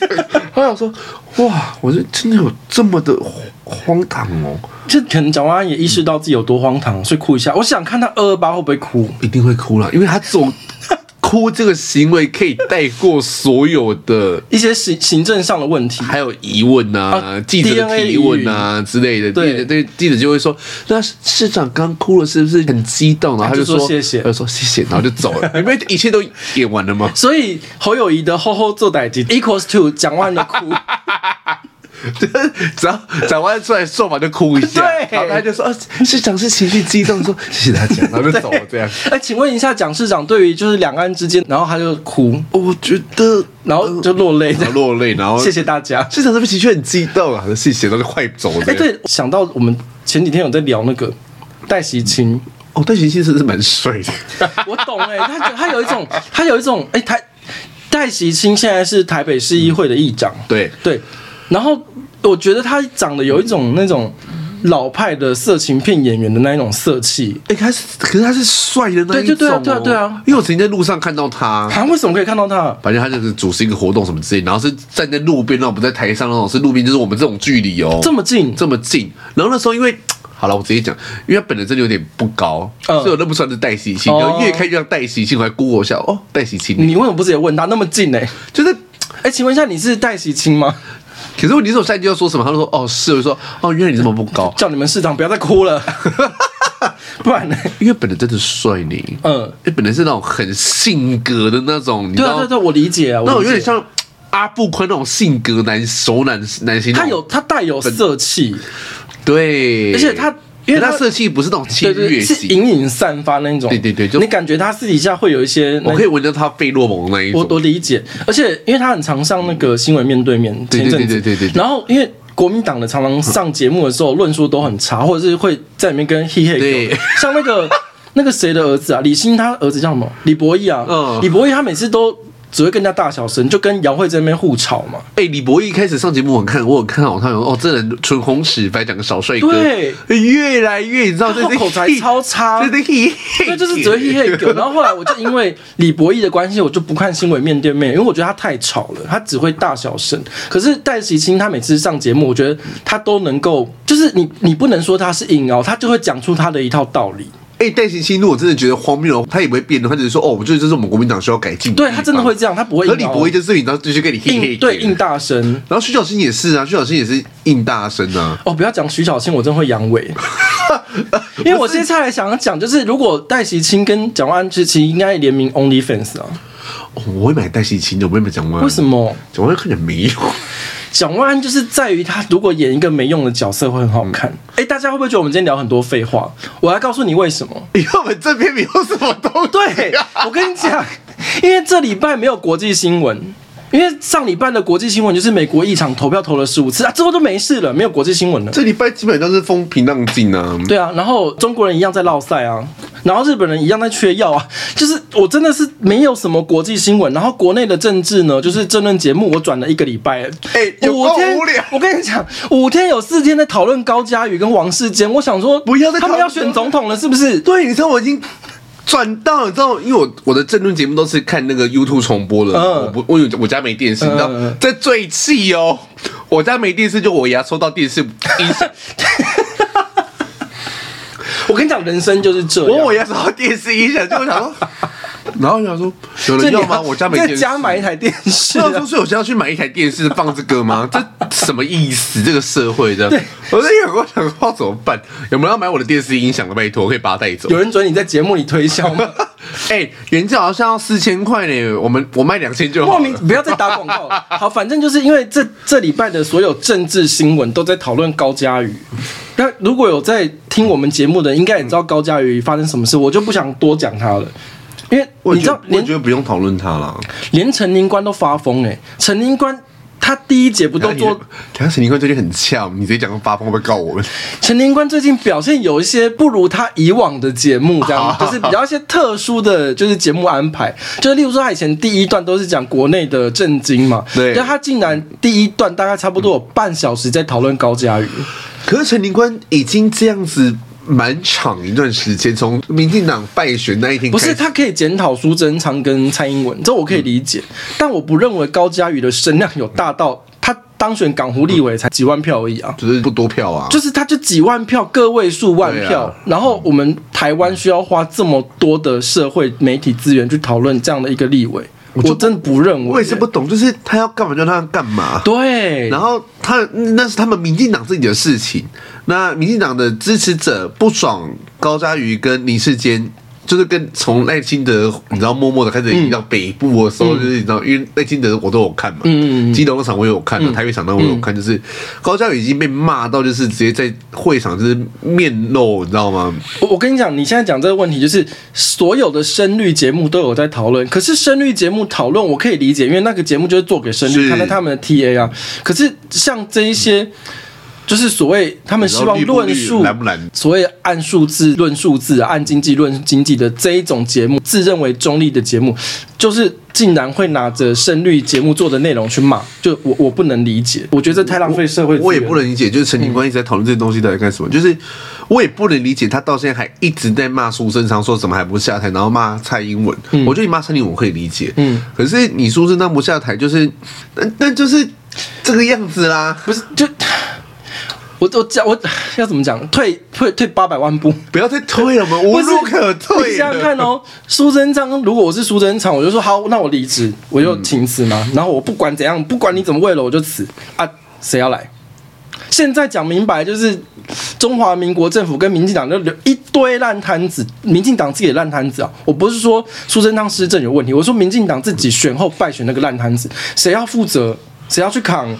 S2: 我想说，哇，我是真的有这么的荒唐哦，
S1: 就可能蒋万安也意识到自己有多荒唐，所以哭一下。我想看他二二八会不会哭，
S2: 一定会哭了，因为他这种 哭这个行为可以带过所有的。
S1: 一些行行政上的问题。
S2: 还有疑问呐、
S1: 啊
S2: 记者的提问呐、之类的，
S1: 对
S2: 记者对记者就会说，那市长刚哭了，是不是很激动？然后他就
S1: 他就说谢谢
S2: 他就说谢谢，然后就走 了。你们一切都演完了吗？
S1: 所以侯友谊的“吼吼做歹机 ”equals to 蒋万安的哭，
S2: 只要讲完出来说完就哭一下，
S1: 对
S2: 然后他就说，啊、市长是情绪激动，说谢谢大家，然后 就走了这样。
S1: 哎，请问一下蒋市长对于就是两岸之间，然后他就哭，
S2: 我觉得，
S1: 然后就落泪，这样
S2: 然后呃落泪，然后
S1: 谢谢大家。
S2: 市长这边情绪很激动啊，谢谢，然后就快走了。
S1: 哎，，对，想到我们前几天有在聊那个戴喜清，
S2: 哦，但徐先生是蛮帅的，
S1: 我懂哎、他他他有一种，他有一种哎、台戴喜清现在是台北市议会的议长，
S2: 嗯对
S1: 对，然后我觉得他长得有一种那种老派的色情片演员的那一种色气，
S2: 哎、他是，可是他是帅的那一种、
S1: 对对
S2: 哦，
S1: 对啊对啊对啊
S2: 因为我曾经在路上看到他。
S1: 他、啊、为什么可以看到他？
S2: 反正他就是主持一个活动什么之类，然后是站在路边，那种不在台上那种，是路边，就是我们这种距离哦，
S1: 这么近
S2: 这么近。然后那时候因为好了，我直接讲，因为他本人真的有点不高，
S1: 嗯
S2: 所以我认不出来是戴喜庆。
S1: 哦嗯
S2: 然后越看越像戴喜庆，我还 Google 一下，哦，戴喜庆，
S1: 你为什么不直接问他那么近呢、
S2: 就是。
S1: 哎、请问一下，你是戴喜清吗？
S2: 可是问题是我下一句要说什么，他就说哦是，我就说哦原来你这么不高，
S1: 叫你们市长不要再哭了， 不然呢？
S2: 因为本人真的帅呢，
S1: 嗯，
S2: 因为本人是那种很性格的那种，你知
S1: 对啊
S2: 道
S1: 对啊对啊，我理解啊，
S2: 那我
S1: 理
S2: 有
S1: 解
S2: 点像。阿布宽那种性格男熟男男性那种，
S1: 他有他带有色气，
S2: 对，
S1: 而且他因为
S2: 可
S1: 他
S2: 他色气不是那种侵
S1: 对对
S2: 略
S1: 是
S2: 性，
S1: 隐隐散发那种，
S2: 对对对就
S1: 你感觉他私底下会有一些那
S2: 我可以闻到他费洛蒙那一
S1: 我我
S2: 种。
S1: 理解，而且因为他很常上那个新闻面对面，
S2: 对
S1: 前一阵子
S2: 对对对对对
S1: 然后因为国民党的常常上节目的时候论述都很差，或者是会在里面跟嘿嘿
S2: 对
S1: 狗，像那 个那个谁的儿子啊，李欣他儿子叫什么？李博义啊，
S2: 嗯
S1: 李博义他每次都只会跟人家大小声，就跟杨慧在那边互吵嘛。
S2: 哎、李博一开始上节目，我看我有看好他，哦，这人唇红齿白，讲个小帅哥，哎
S1: 对，
S2: 越来越，你知道，
S1: 他
S2: 对对，
S1: 口才超差
S2: 对对，
S1: 对，
S2: 对
S1: 就是只会嘿嘿 狗。然后后来我就因为李博义的关系，我就不看新闻面对面，因为我觉得他太吵了，他只会大小声。可是戴喜清他每次上节目，我觉得他都能够，就是你你不能说他是硬凹，他就会讲出他的一套道理。
S2: 哎，戴欣欣，如果真的觉得荒谬，他也不会变的，他只是说，哦，我觉得这是我们国民党需要改进的地
S1: 对
S2: 方。
S1: 他真的会这样，他不会
S2: 可
S1: 硬
S2: 李
S1: 凹。
S2: 博一就是你，然后继续跟你嘿嘿
S1: 硬对硬
S2: 嘿。
S1: 大声。
S2: 然后徐小新也是啊，徐小新也是硬大声啊。
S1: 哦，不要讲徐小青，我真会阳痿。 因为我现在来想讲，就是如果戴喜清跟蒋万安之其实应该联名 OnlyFans 啊？
S2: 哦我会买戴欣欣的，我会买蒋万安。
S1: 为什？么？
S2: 蒋万安看起来没有。
S1: 蒋万安就是在于他如果演一个没用的角色会很好看。哎、大家会不会觉得我们今天聊很多废话？我来告诉你为什么。
S2: 因为我们这边没有什么东西。啊
S1: 对，我跟你讲，因为这礼拜没有国际新闻。因为上礼拜的国际新闻就是美国一场投票投了十五次啊，之后都没事了，没有国际新闻了。
S2: 这礼拜基本上是风平浪静啊。
S1: 对啊，然后中国人一样在落赛啊，然后日本人一样在缺药啊，就是我真的是没有什么国际新闻，然后国内的政治呢，就是政论节目我转了一个礼拜，
S2: 哎有
S1: 五
S2: 够
S1: 天
S2: 无聊
S1: 我跟你讲，五天有四天在讨论高嘉瑜跟王世坚，我想说
S2: 不要再
S1: 他们
S2: 讨论
S1: 要选总统了，是不是？
S2: 对，你知道我已经转到，你知道，因为我我的政论节目都是看那个 YouTube 重播的，
S1: 嗯
S2: 我不我有我家没电视，
S1: 嗯
S2: 你知道
S1: 嗯，
S2: 这最气哦，我家没电视，就我牙收 到电视音响，
S1: 我跟你讲，人生就是这
S2: 我
S1: 样。
S2: 我牙收到电视音响，就我想 说，然后我想说有
S1: 这
S2: 人
S1: 你
S2: 要 吗？我家没
S1: 在
S2: 电视，
S1: 家买一台电视、
S2: 那
S1: 啊
S2: 我，说，所以我现在要去买一台电视放这 个吗？这什么意思？这个社会这样，我在想，我想说怎么办？有没有要买我的电视音响的？拜托，我可以把它带走
S1: 有。人准你在节目里推销吗？
S2: 哎、原价好像要四千块呢，我们我卖两千就
S1: 莫
S2: 好
S1: 名
S2: 了。
S1: 不要再打广告了。好，反正就是因为这这礼拜的所有政治新闻都在讨论高嘉瑜。那如果有在听我们节目的，应该也知道高嘉瑜发生什么事，我就不想多讲他了。因为
S2: 我
S1: 你
S2: 也
S1: 知
S2: 觉
S1: 道
S2: 得，我也
S1: 连
S2: 觉得不用讨论它了。
S1: 连陈宁官都发疯哎、陈宁官他第一节不都做？
S2: 等下沈宁坤最近很呛，你直接讲个发疯会不会告我们？
S1: 陈宁官最近表现有一些不如他以往的节目，这样就是比较一些特殊的，就是节目安排，就是例如说他以前第一段都是讲国内的震惊嘛，
S2: 对
S1: 但他竟然第一段大概差不多有半小时在讨论高嘉瑜，
S2: 可是陈宁坤已经这样子蛮长一段时间，从民进党败选那一天
S1: 不
S2: 开始，
S1: 是他可以检讨苏贞昌跟蔡英文，这我可以理解，但我不认为高嘉瑜的声量有大到他当选港湖立委才几万票而已啊。
S2: 就是不多票啊。
S1: 就是他就几万票，个位数万票，
S2: 对啊
S1: 然后我们台湾需要花这么多的社会媒体资源去讨论这样的一个立委，我
S2: 就
S1: 真的不认为。
S2: 我也是不懂，就是他要干嘛就让他干嘛。
S1: 对，
S2: 然后他那是他们民进党自己的事情，那民进党的支持者不爽高嘉瑜跟林世坚。就是跟从赖清德，你知道默默的开
S1: 嗯
S2: 始移到北部的时候，就是你知道，因为赖清德我都有看嘛，
S1: 嗯嗯嗯嗯
S2: 基隆那场我也有看，啊台北场那我也有看，就是高嘉瑜已经被骂到，就是直接在会场就是面露，你知道吗？
S1: 我我跟你讲，你现在讲这个问题，就是所有的声律节目都有在讨论。可是声律节目讨论，我可以理解，因为那个节目就是做给声律，
S2: 是嗯
S1: 看在他们的 TA 啊。可是像这一些，就是所谓他们希望
S2: 你知道绿
S1: 论
S2: 不绿
S1: 述
S2: 蓝不蓝
S1: 所谓按数字论数字、按经济论经济的这一种节目，自认为中立的节目，就是竟然会拿着声律节目做的内容去骂，就我我不能理解，我觉得这太浪费社会资源嗯
S2: 我也不能理解，就是陈警官一直在讨论这些东西到底干什么，就是我也不能理解他到现在还一直在骂苏贞昌，说怎么还不下台，然后骂蔡英文。我觉得你骂蔡英文我可以理解，
S1: 嗯，
S2: 可是你苏贞昌不下台，就是那那就是这个样子啦。
S1: 不是就。我我讲我要怎么讲？退退退八百万步，
S2: 不要再推了，我们无
S1: 不是
S2: 路可退
S1: 你想想
S2: 了。
S1: 看哦，苏贞昌，如果我是苏贞昌，我就说好，那我离职，我
S2: 嗯
S1: 就请辞嘛。然后我不管怎样，不管你怎么为了，我就辞啊，谁要来？现在讲明白就是中华民国政府跟民进党就留一堆烂摊子，民进党自己的烂摊子啊！我不是说苏贞昌施政有问题，我说民进党自己选后败选那个烂摊子，谁要负责？谁要去扛？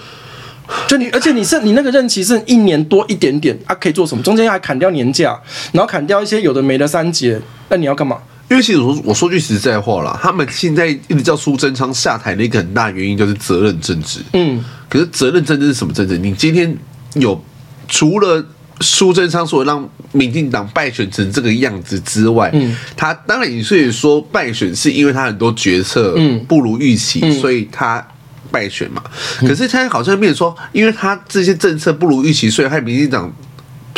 S1: 就你，而且你剩你那个任期剩一年多一点点啊，可以做什么？中间还砍掉年假，然后砍掉一些有的没的三节，那你要干嘛？
S2: 因为其实我我说句实在话啦，他们现在一直叫苏贞昌下台的一个很大原因就是责任政治。
S1: 嗯，
S2: 可是责任政治是什么政治？你今天有除了苏贞昌所让民进党败选成这个样子之外，嗯，他当然你所以说败选是因为他很多决策
S1: 嗯嗯
S2: 不如预期，所以他。败选嘛，可是他好像变成说，因为他这些政策不如预期，所以害民进党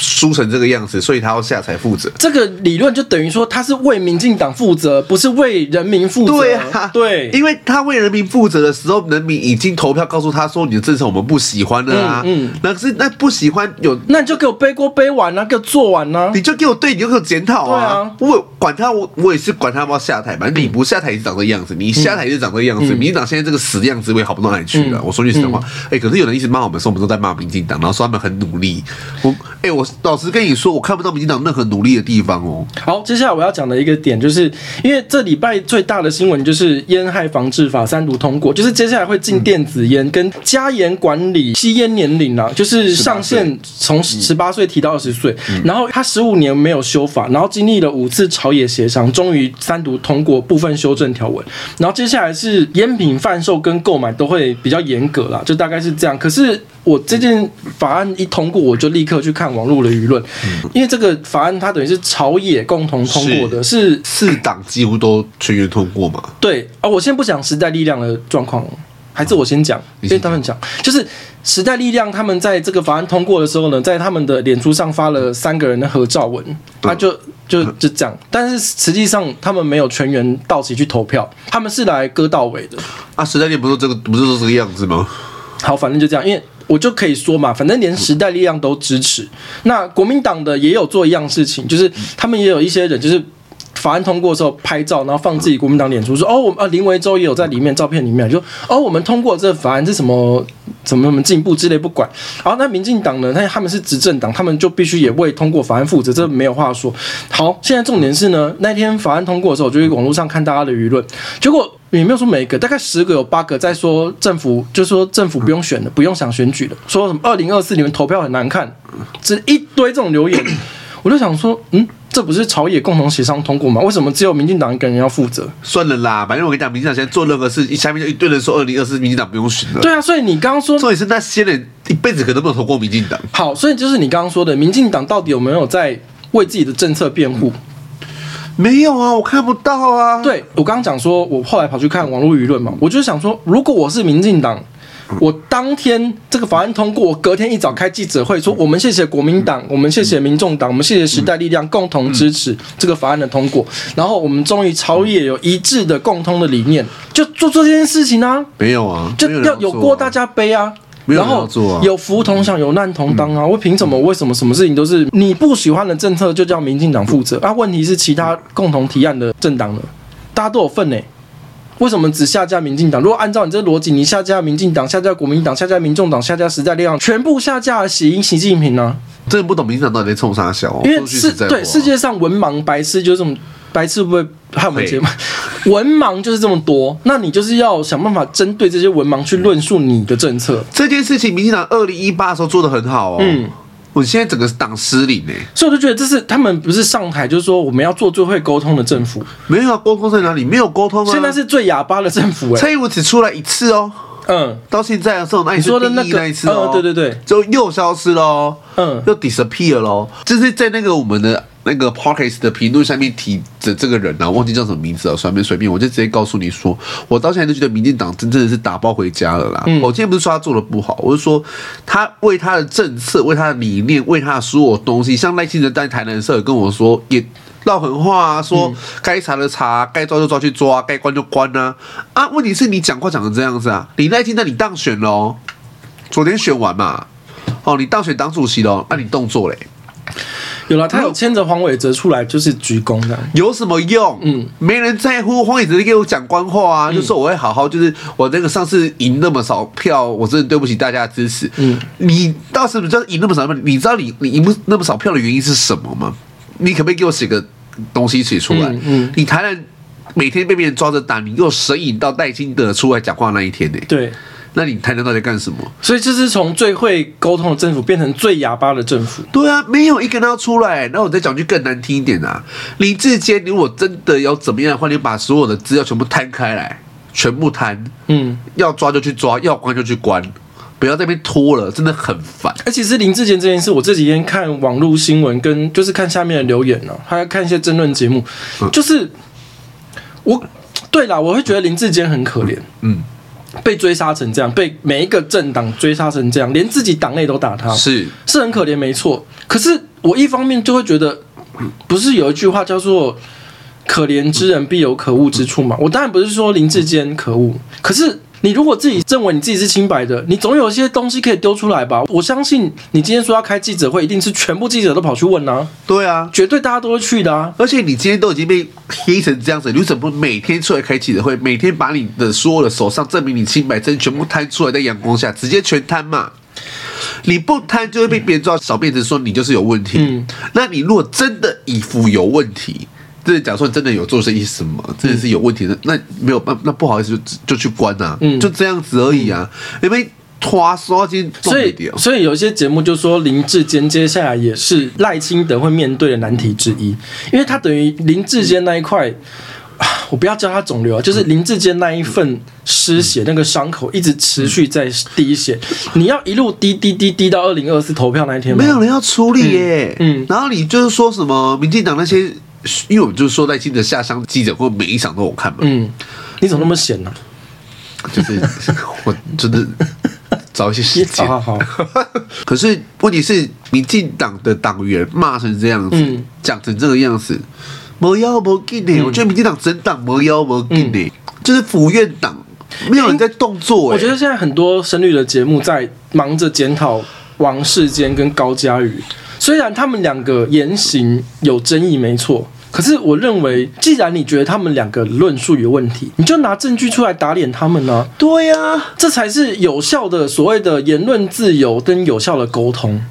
S2: 输成这个样子，所以他要下台负责。
S1: 这个理论就等于说他是为民进党负责，不是为人民负责。
S2: 对啊，
S1: 对，
S2: 因为他为人民负责的时候，人民已经投票告诉他说你的政策我们不喜欢了啊。
S1: 嗯嗯
S2: 那可是那不喜欢有，
S1: 那你就给我背锅背完啊，给我做完啊。
S2: 你就给我对，你就给我检讨啊。
S1: 对嗯
S2: 我管他，我我也是管他要不要下台，反正你不下台也是长这样子，你下台也是长这样子。民进党现在这个死样子，我也好不到哪里去
S1: 嗯
S2: 了。我说句实话，哎、可是有人一直骂我们说我们都在骂民进党，然后说他们很努力。我哎、我老实跟你说，我看不到民进党任何努力的地方哦。
S1: 好，接下来我要讲的一个点，就是因为这礼拜最大的新闻就是烟害防治法三读通过，就是接下来会禁电子烟跟加严管理吸烟年龄啊，就是上限从十八岁提到二十岁，然后他十五年没有修法，然后经历了五次朝野协商，终于三读通过部分修正条文，然后接下来是烟品贩售跟购买都会比较严格啦，就大概是这样。可是我这件法案一通过，我就立刻去看网络的舆论，因为这个法案它等于是朝野共同通过的，是
S2: 四党几乎都全员通过嘛。
S1: 对啊、我先不讲时代力量的状况，还是我先讲，
S2: 你
S1: 因
S2: 先
S1: 为他们讲就是时代力量，他们在这个法案通过的时候呢，在他们的脸书上发了三个人的合照文，他就就就这样，但是实际上他们没有全员到齐去投票，他们是来割稻尾的。
S2: 啊，时代力不是这个，不是说这个样子吗？
S1: 好，反正就这样，因为我就可以说嘛，反正连时代力量都支持。那国民党的也有做一样事情，就是他们也有一些人就是。法案通过的时候拍照，然后放自己国民党脸书，说哦，我们啊林维洲也有在里面照片里面，就哦我们通过这法案是什么什么什么进步之类不管。好，那民进党呢，他他们是执政党，他们就必须也为通过法案负责，这没有话说。好，现在重点是呢，那天法案通过的时候，我就去网络上看大家的舆论，结果也没有说每个，大概十个有八个在说政府，就说政府不用选了，不用想选举了，说什么二零二四你们投票很难看，这一堆这种留 言，我就想说，嗯，这不是朝野共同协商通过吗？为什么只有民进党一个人要负责？
S2: 算了啦，反正我跟你讲，民进党现在做任何事，一下面就一堆人说二零二四民进党不用选了。，
S1: 对啊，所以你刚刚说
S2: 重点是那些人一辈子可能没有投过民进党。
S1: 好，所以就是你刚刚说的，民进党到底有没有在为自己的政策辩护？
S2: 没有啊，我看不到啊。，
S1: 对我刚刚讲说，我后来跑去看网络舆论嘛，我就想说，如果我是民进党，我当天这个法案通过，我隔天一早开记者会说，我们谢谢国民党，我们谢谢民众党，我们谢谢时代力量共同支持这个法案的通过，然后我们终于朝野有一致的共通的理念，就做这件事情啊，
S2: 没有啊，
S1: 就
S2: 没人
S1: 要有
S2: 做啊
S1: 锅大。家背啊。
S2: 没有
S1: 然
S2: 人要
S1: 后
S2: 做啊嗯
S1: 有福同享，有难同当啊！我凭什么？为什么什么事情都是你不喜欢的政策就叫民进党负责啊？问题是其他共同提案的政党呢，大家都有份呢、为什么只下架民进党？如果按照你这逻辑，你下架民进党、下架国民党、下架民众党、下架时代力量，全部下架习习近平呢、
S2: 真的不懂民进党到底在冲啥小、哦。
S1: 因为
S2: 说句
S1: 世
S2: 实在话
S1: 对世界上文盲白痴就是这种白痴不会害我们节目， 文盲就是这么多，那你就是要想办法针对这些文盲去论述你的政策。
S2: 这件事情，民进党二零一八的时候做的很好哦。
S1: 嗯，
S2: 我现在整个党失欸灵呢、
S1: 所以我就觉得这是他们不是上台就是说我们要做最会沟通的政府，
S2: 没有啊，沟通在哪里？没有沟通啊。
S1: 现在是最哑巴的政府哎、
S2: 蔡英文只出来一次哦，
S1: 嗯，
S2: 到现在的啊时候，那你
S1: 说的那个
S2: 那一次哦、
S1: 嗯对对对，
S2: 就又消失喽，
S1: 嗯
S2: 又 disappear 喽，就是在那个我们的那个 podcast 的评论下面提的这个人啊，忘记叫什么名字了，随便随便，我就直接告诉你说，我到现在都觉得民进党真正的是打包回家了啦。我今天不是说他做的不好，我是说他为他的政策、为他的理念、为他的所有东西，像赖清德在台南的时候也跟我说也。撂狠话啊，说该查的查，该抓就抓去抓，该关就关啊！啊，问题是你讲话讲成这样子啊，你赖清德你当选了、哦，昨天选完嘛，哦，你当选党主席了，那、你动作嘞？
S1: 有了，他有牵着黄伟哲出来，就是鞠躬这样。
S2: 有什么用？嗯，没人在乎。黄伟哲给我讲官话啊，就说我会好好，就是我那个上次赢那么少票，我真的对不起大家的支持。嗯，你到时不知道赢那么少票，你知道你你赢不那么少票的原因是什么吗？你可不可以给我写个东西写出来？
S1: 嗯
S2: 嗯，你台南每天被别人抓着打，你给我神隐到戴金德出来讲话那一天呢、
S1: 对，
S2: 那你台南到底在干什么？
S1: 所以这是从最会沟通的政府变成最哑巴的政府。
S2: 对啊，没有一个人要出来。那我再讲句更难听一点啊，林志坚，你如果真的要怎么样的话，你把所有的资料全部摊开来，全部摊，
S1: 嗯，
S2: 要抓就去抓，要关就去关，不要在那边拖了，真的很烦。
S1: 而且是林志坚这件事，我这几天看网络新闻，跟就是看下面的留言呢、还有看一些争论节目，
S2: 嗯
S1: 就是我对啦，我会觉得林志坚很可怜，
S2: 嗯，
S1: 被追杀成这样，被每一个政党追杀成这样，连自己党内都打他，
S2: 是，
S1: 是很可怜，没错。可是我一方面就会觉得，嗯不是有一句话叫做“可怜之人必有可恶之处”嘛？我当然不是说林志坚可恶，可是你如果自己认为你自己是清白的，你总有一些东西可以丢出来吧？我相信你今天说要开记者会，一定是全部记者都跑去问啊，
S2: 对啊。
S1: 绝对大家都会去的啊。
S2: 而且你今天都已经被黑成这样子，你为什么不每天出来开记者会，每天把你的所有的手上证明你清白证全部摊出来，在阳光下直接全摊嘛？你不摊就会被别人抓小辫子，说你就是有问题。
S1: 嗯
S2: 那你如果真的以服有问题，就是假如说你真的有做些什么，真的是有问题的，那没有办，那不好意思就就去关啊，
S1: 嗯
S2: 就这样子而已啊，因为拖刷进重
S1: 所以
S2: 一点，。哦
S1: 所以有一些节目就说林志坚接下来也是赖清德会面对的难题之一，因为他等于林志坚那一块，啊我不要叫他肿瘤啊，就是林志坚那一份失血那个伤口一直持续在滴血，你要一路滴滴滴滴到二零二四投票那一天吗
S2: 没有人要处理耶、
S1: 嗯嗯
S2: 然后你就是说什么民进党那些，因为我就是说在记者下乡记者会每一场都有看嘛，
S1: 嗯，你怎么那么闲啊呢、
S2: 就是 我真的找一些时
S1: 好
S2: 间。
S1: 好好，
S2: 可是问题是，民进党的党员骂成这样子
S1: 嗯，
S2: 讲、成这个样子，没腰没劲呢、我觉得民进党整党没腰没劲呢、就是府院党没有人在动
S1: 嗯
S2: 作、欸。
S1: 哎我觉得现在很多深绿的节目在忙着检讨王世坚跟高嘉瑜，虽然他们两个言行有争议，没错。可是我认为，既然你觉得他们两个论述有问题，你就拿证据出来打脸他们呢、
S2: 对呀、啊，
S1: 这才是有效的所谓的言论自由跟有效的沟通。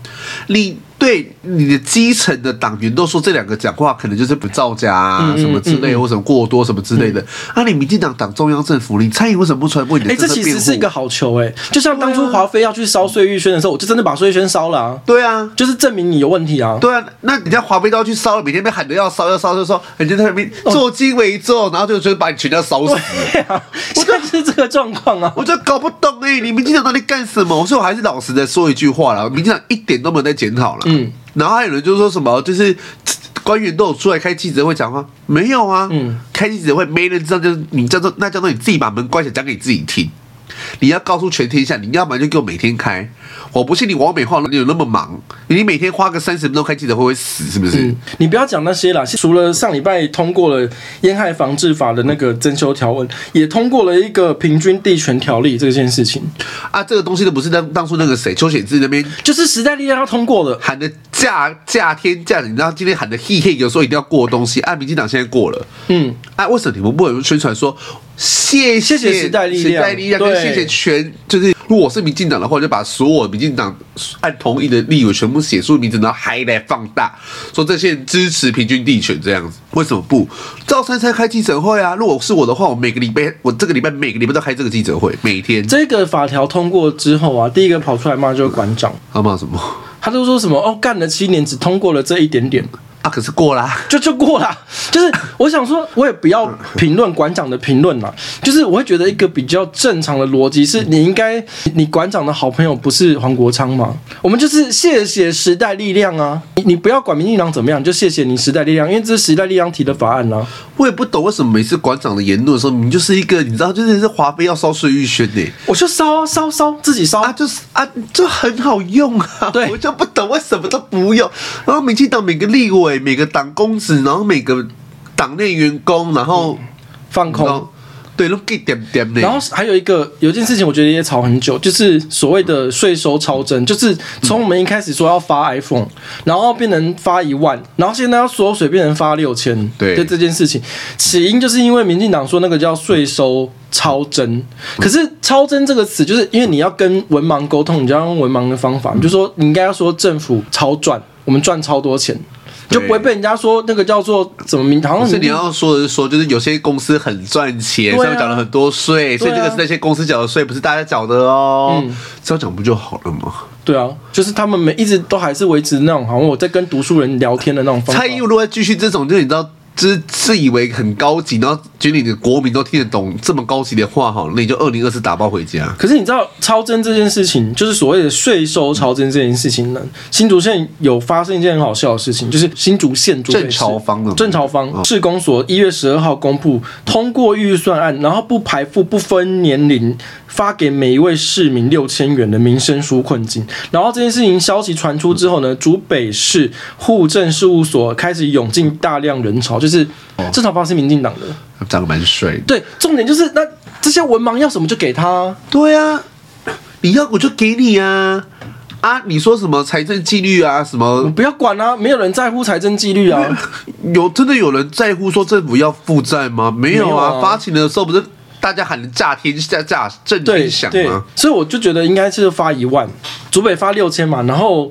S2: 你对你的基层的党员都说这两个讲话可能就是不造假啊，什么之类，或什么过多什么之类的。啊，你民进党党中央政府，你蔡英文为什么不出来为你
S1: 哎、
S2: 的
S1: 这
S2: 政策
S1: 其
S2: 辩
S1: 实是一个
S2: 护？
S1: 好球哎、就像当初华妃要去烧碎玉轩的时候，我就真的把碎玉轩烧了、啊，
S2: 对啊，
S1: 就是证明你有问题啊。
S2: 对啊，那人家华妃都要去烧了，每天被喊着要烧要烧，就说人家在那边做鸡为重，然后就就把你全家烧死。
S1: 对啊， 现在就是这个状况啊。
S2: 我真的搞不懂哎、你民进党到底干什么？所以我还是老实的说一句话啦，民进党一点都没有在检讨啦。
S1: 嗯，
S2: 然后还有人就说什么，就是官员都有出来开记者会讲话，没有啊，
S1: 嗯，
S2: 开记者会没人知道，就是你叫做那叫做你自己把门关起来讲给你自己听。你要告诉全天下，你要不然就给我每天开。我不信你王美化你有那么忙，你每天花个三十分钟开记者会会死是不是？
S1: 嗯你不要讲那些啦，除了上礼拜通过了烟害防治法的那个征修条文，也通过了一个平均地权条例这件事情，
S2: 啊，这个东西都不是当当初那个谁邱显志那边
S1: 就是时代力量要通过了。
S2: 喊的价价天价，你知道今天喊的嘿嘿，有时候一定要过的东西，啊，民进党现在过了，
S1: 嗯，
S2: 啊，为什么你们不能宣传说谢
S1: 谢谢时代力量
S2: 时代力量啊
S1: 对
S2: 跟谢谢全，就是如果我是民进党的话，我就把所有民进党按同意的立委全部写出名字，然后还来放大说这些人支持平均地权这样子，为什么不？赵珊珊开记者会啊，如果是我的话，我每个礼拜，我这个礼拜每个礼拜都开这个记者会，每天，
S1: 这个法条通过之后啊，第一个跑出来骂就是馆长，
S2: 好啊吗？什么？
S1: 他就说什么哦，干了七年只通过了这一点点，
S2: 啊，可是过啦、
S1: 就就过啦。就是我想说，我也不要评论馆长的评论啦，就是我会觉得一个比较正常的逻辑是，你应该你馆长的好朋友不是黄国昌吗？我们就是谢谢时代力量啊，你你不要管民进党怎么样，你就谢谢你时代力量，因为这是时代力量提的法案啊。
S2: 我也不懂为什么每次馆长的言论的时候，你就是一个你知道，就是是华妃要烧碎玉轩呢、
S1: 我就烧啊烧烧自己烧
S2: 啊，就是啊，就很好用啊，
S1: 对
S2: 我就不懂为什么都不用。然后民进党每个立委、每个党公子，然后每个党内员工，然后
S1: 放
S2: 然后
S1: 空，
S2: 对，都给点点的。
S1: 嗯然后还有一个有一件事情，我觉得也吵很久，就是所谓的税收超征，就是从我们一开始说要发 iPhone，、然后变成发一万，然后现在要缩水变成发六千，
S2: 对
S1: 就这件事情，起因就是因为民进党说那个叫税收。超
S2: 嗯
S1: 征，可是“超征”这个词，就是因为你要跟文盲沟通，你就要用文盲的方
S2: 嗯
S1: 法，你就说你应该要说政府超赚，我们赚超多钱，就不会被人家说那个叫做怎么名，好像
S2: 所以你要说的是说，就是有些公司很赚钱，
S1: 对啊啊
S2: 所以缴了很多税，所以这个是那些公司缴的税，不是大家缴的哦。
S1: 嗯
S2: 这样讲不就好了吗？
S1: 对啊，就是他们每一直都还是维持那种好像我在跟读书人聊天的那种方法
S2: 蔡。英文如果再继续这种，就是你知道。就是自以为很高级，然后觉得你的国民都听得懂这么高级的话，哈，那你就二零二四打包回家。
S1: 可是你知道超征这件事情，就是所谓的税收超征这件事情呢？新竹县有发生一件很好笑的事情，就是新竹县竹北市
S2: 正朝方的吗哦
S1: 正朝方市公所一月十二号公布通过预算案，然后不排付、不分年龄发给每一位市民六千元的民生纾困金。然后这件事情消息传出之后
S2: 哦
S1: 呢，竹北市户政事务所开始涌进大量人潮，就是
S2: 哦
S1: 正朝方是民进党的。
S2: 长得蛮帅的。
S1: 对，重点就是那这些文盲要什么就给他啊、
S2: 对啊，你要我就给你啊啊！你说什么财政纪律啊，什么
S1: 不要管啊，没有人在乎财政纪 律啊。
S2: 有真的有人在乎说政府要负债吗？没有啊，
S1: 没有啊
S2: 发行的时候不是大家喊的炸天下炸震
S1: 对
S2: 天响
S1: 对
S2: 吗？，
S1: 所以我就觉得应该是发一万，竹北发六千嘛，然后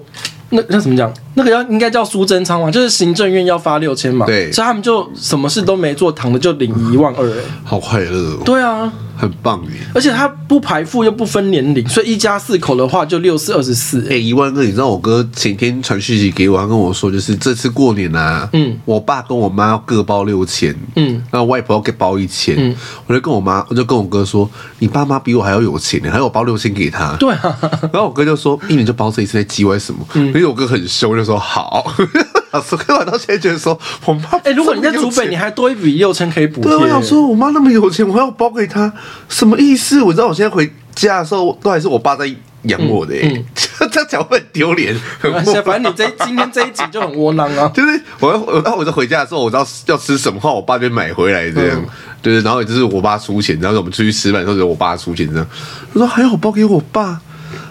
S1: 那那怎么讲？那个要应该叫苏贞昌嘛，就是行政院要发六千嘛，
S2: 对
S1: 所以他们就什么事都没做，躺着就领一万二、欸，
S2: 好快乐、哦，
S1: 对啊，
S2: 很棒耶！
S1: 而且他不排付又不分年龄，所以一家四口的话就六四二十四欸
S2: 哎、，一万个，你知道我哥前天传讯息给我，他跟我说，就是这次过年啊，
S1: 嗯，
S2: 我爸跟我妈各包六千，
S1: 嗯，
S2: 那我外婆要给包一千，
S1: 嗯，
S2: 我就跟我妈，我就跟我哥说，你爸妈比我还要有钱呢，还要我包六千给他，
S1: 对 嗯啊，
S2: 然后我哥就说：“一年就包这一次，在叽歪什么？”因为我哥很凶，就说：“好。” 所以我到现在觉得说，我妈
S1: 哎、如果你在
S2: 这么有
S1: 竹
S2: 钱
S1: 北，你还多一笔六千可以补贴、欸
S2: 对，啊我想说，我妈那么有钱，我还要包给她，什么意思？我知道我现在回家的时候，都还是我爸在养我的、欸，
S1: 嗯
S2: 这样讲会很丢脸，很
S1: 而
S2: 莫
S1: 且嗯哎反正你这今天这一集就很窝囊 啊。
S2: 就是我要我，然后我在回家的时候，我知道要吃什么话，我爸就买回来这样。
S1: 嗯
S2: 对，然后也就是我爸出钱，然后我们出去吃饭的时候，就是我爸出钱这样。我说还要我包给我爸，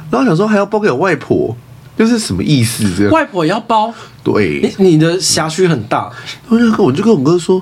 S2: 然后想说还要包给我外婆，就是什么意思这样？
S1: 外婆也要包，
S2: 对
S1: 你，你的辖区很大，
S2: 我就跟我就跟我哥说。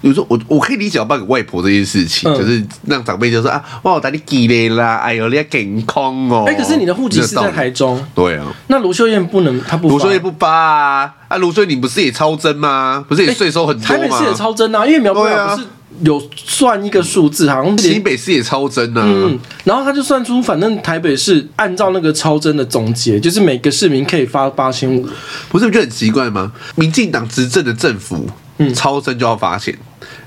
S2: 有时候我我可以理解我爸给外婆这件事情，
S1: 嗯
S2: 就是让长辈就说啊，哇，我带你记嘞啦，哎呦，你要健康哦。
S1: 哎、可是你的户籍是
S2: 这个
S1: 在
S2: 道理
S1: 台中，
S2: 对啊，
S1: 那卢秀燕不能，她不发
S2: 卢秀燕不发啊，啊，卢秀燕你不是也超增吗？不是也
S1: 哎
S2: 税收很多吗？
S1: 台北市也超增啊，因为苗博
S2: 对
S1: 雅
S2: 啊
S1: 不是有算一个数字，好像
S2: 新
S1: 连
S2: 北市也超增啊，
S1: 嗯，然后他就算出，反正台北市按照那个超增的总结，就是每个市民可以发八千五，
S2: 不是你觉得很奇怪吗？民进党执政的政府，
S1: 嗯
S2: 超增就要发钱。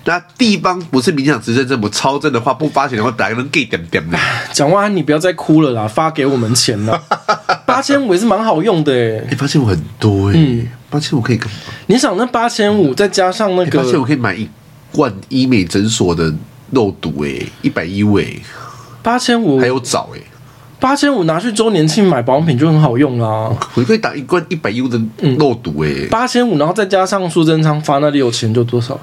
S2: 那地方不是民进党执政政府超增的话，不发钱的话，打个人 gay 点 点的。
S1: 蒋万安，你不要再哭了啦，发给我们钱 啦，八千五也是蛮好用的诶、
S2: 你发现我很多哎、
S1: 嗯
S2: 发现我可以干嘛？
S1: 你想那八千五再加上那
S2: 欸发现我
S1: 个
S2: 可以买一罐医美诊所的肉毒哎、一百一味，
S1: 八千五
S2: 还，有枣哎、
S1: 八千五拿去周年庆买保养品就很好用啦，
S2: 我可以打一罐一百一的肉毒哎、
S1: 八千五，然后再加上苏贞昌发那六千就多少？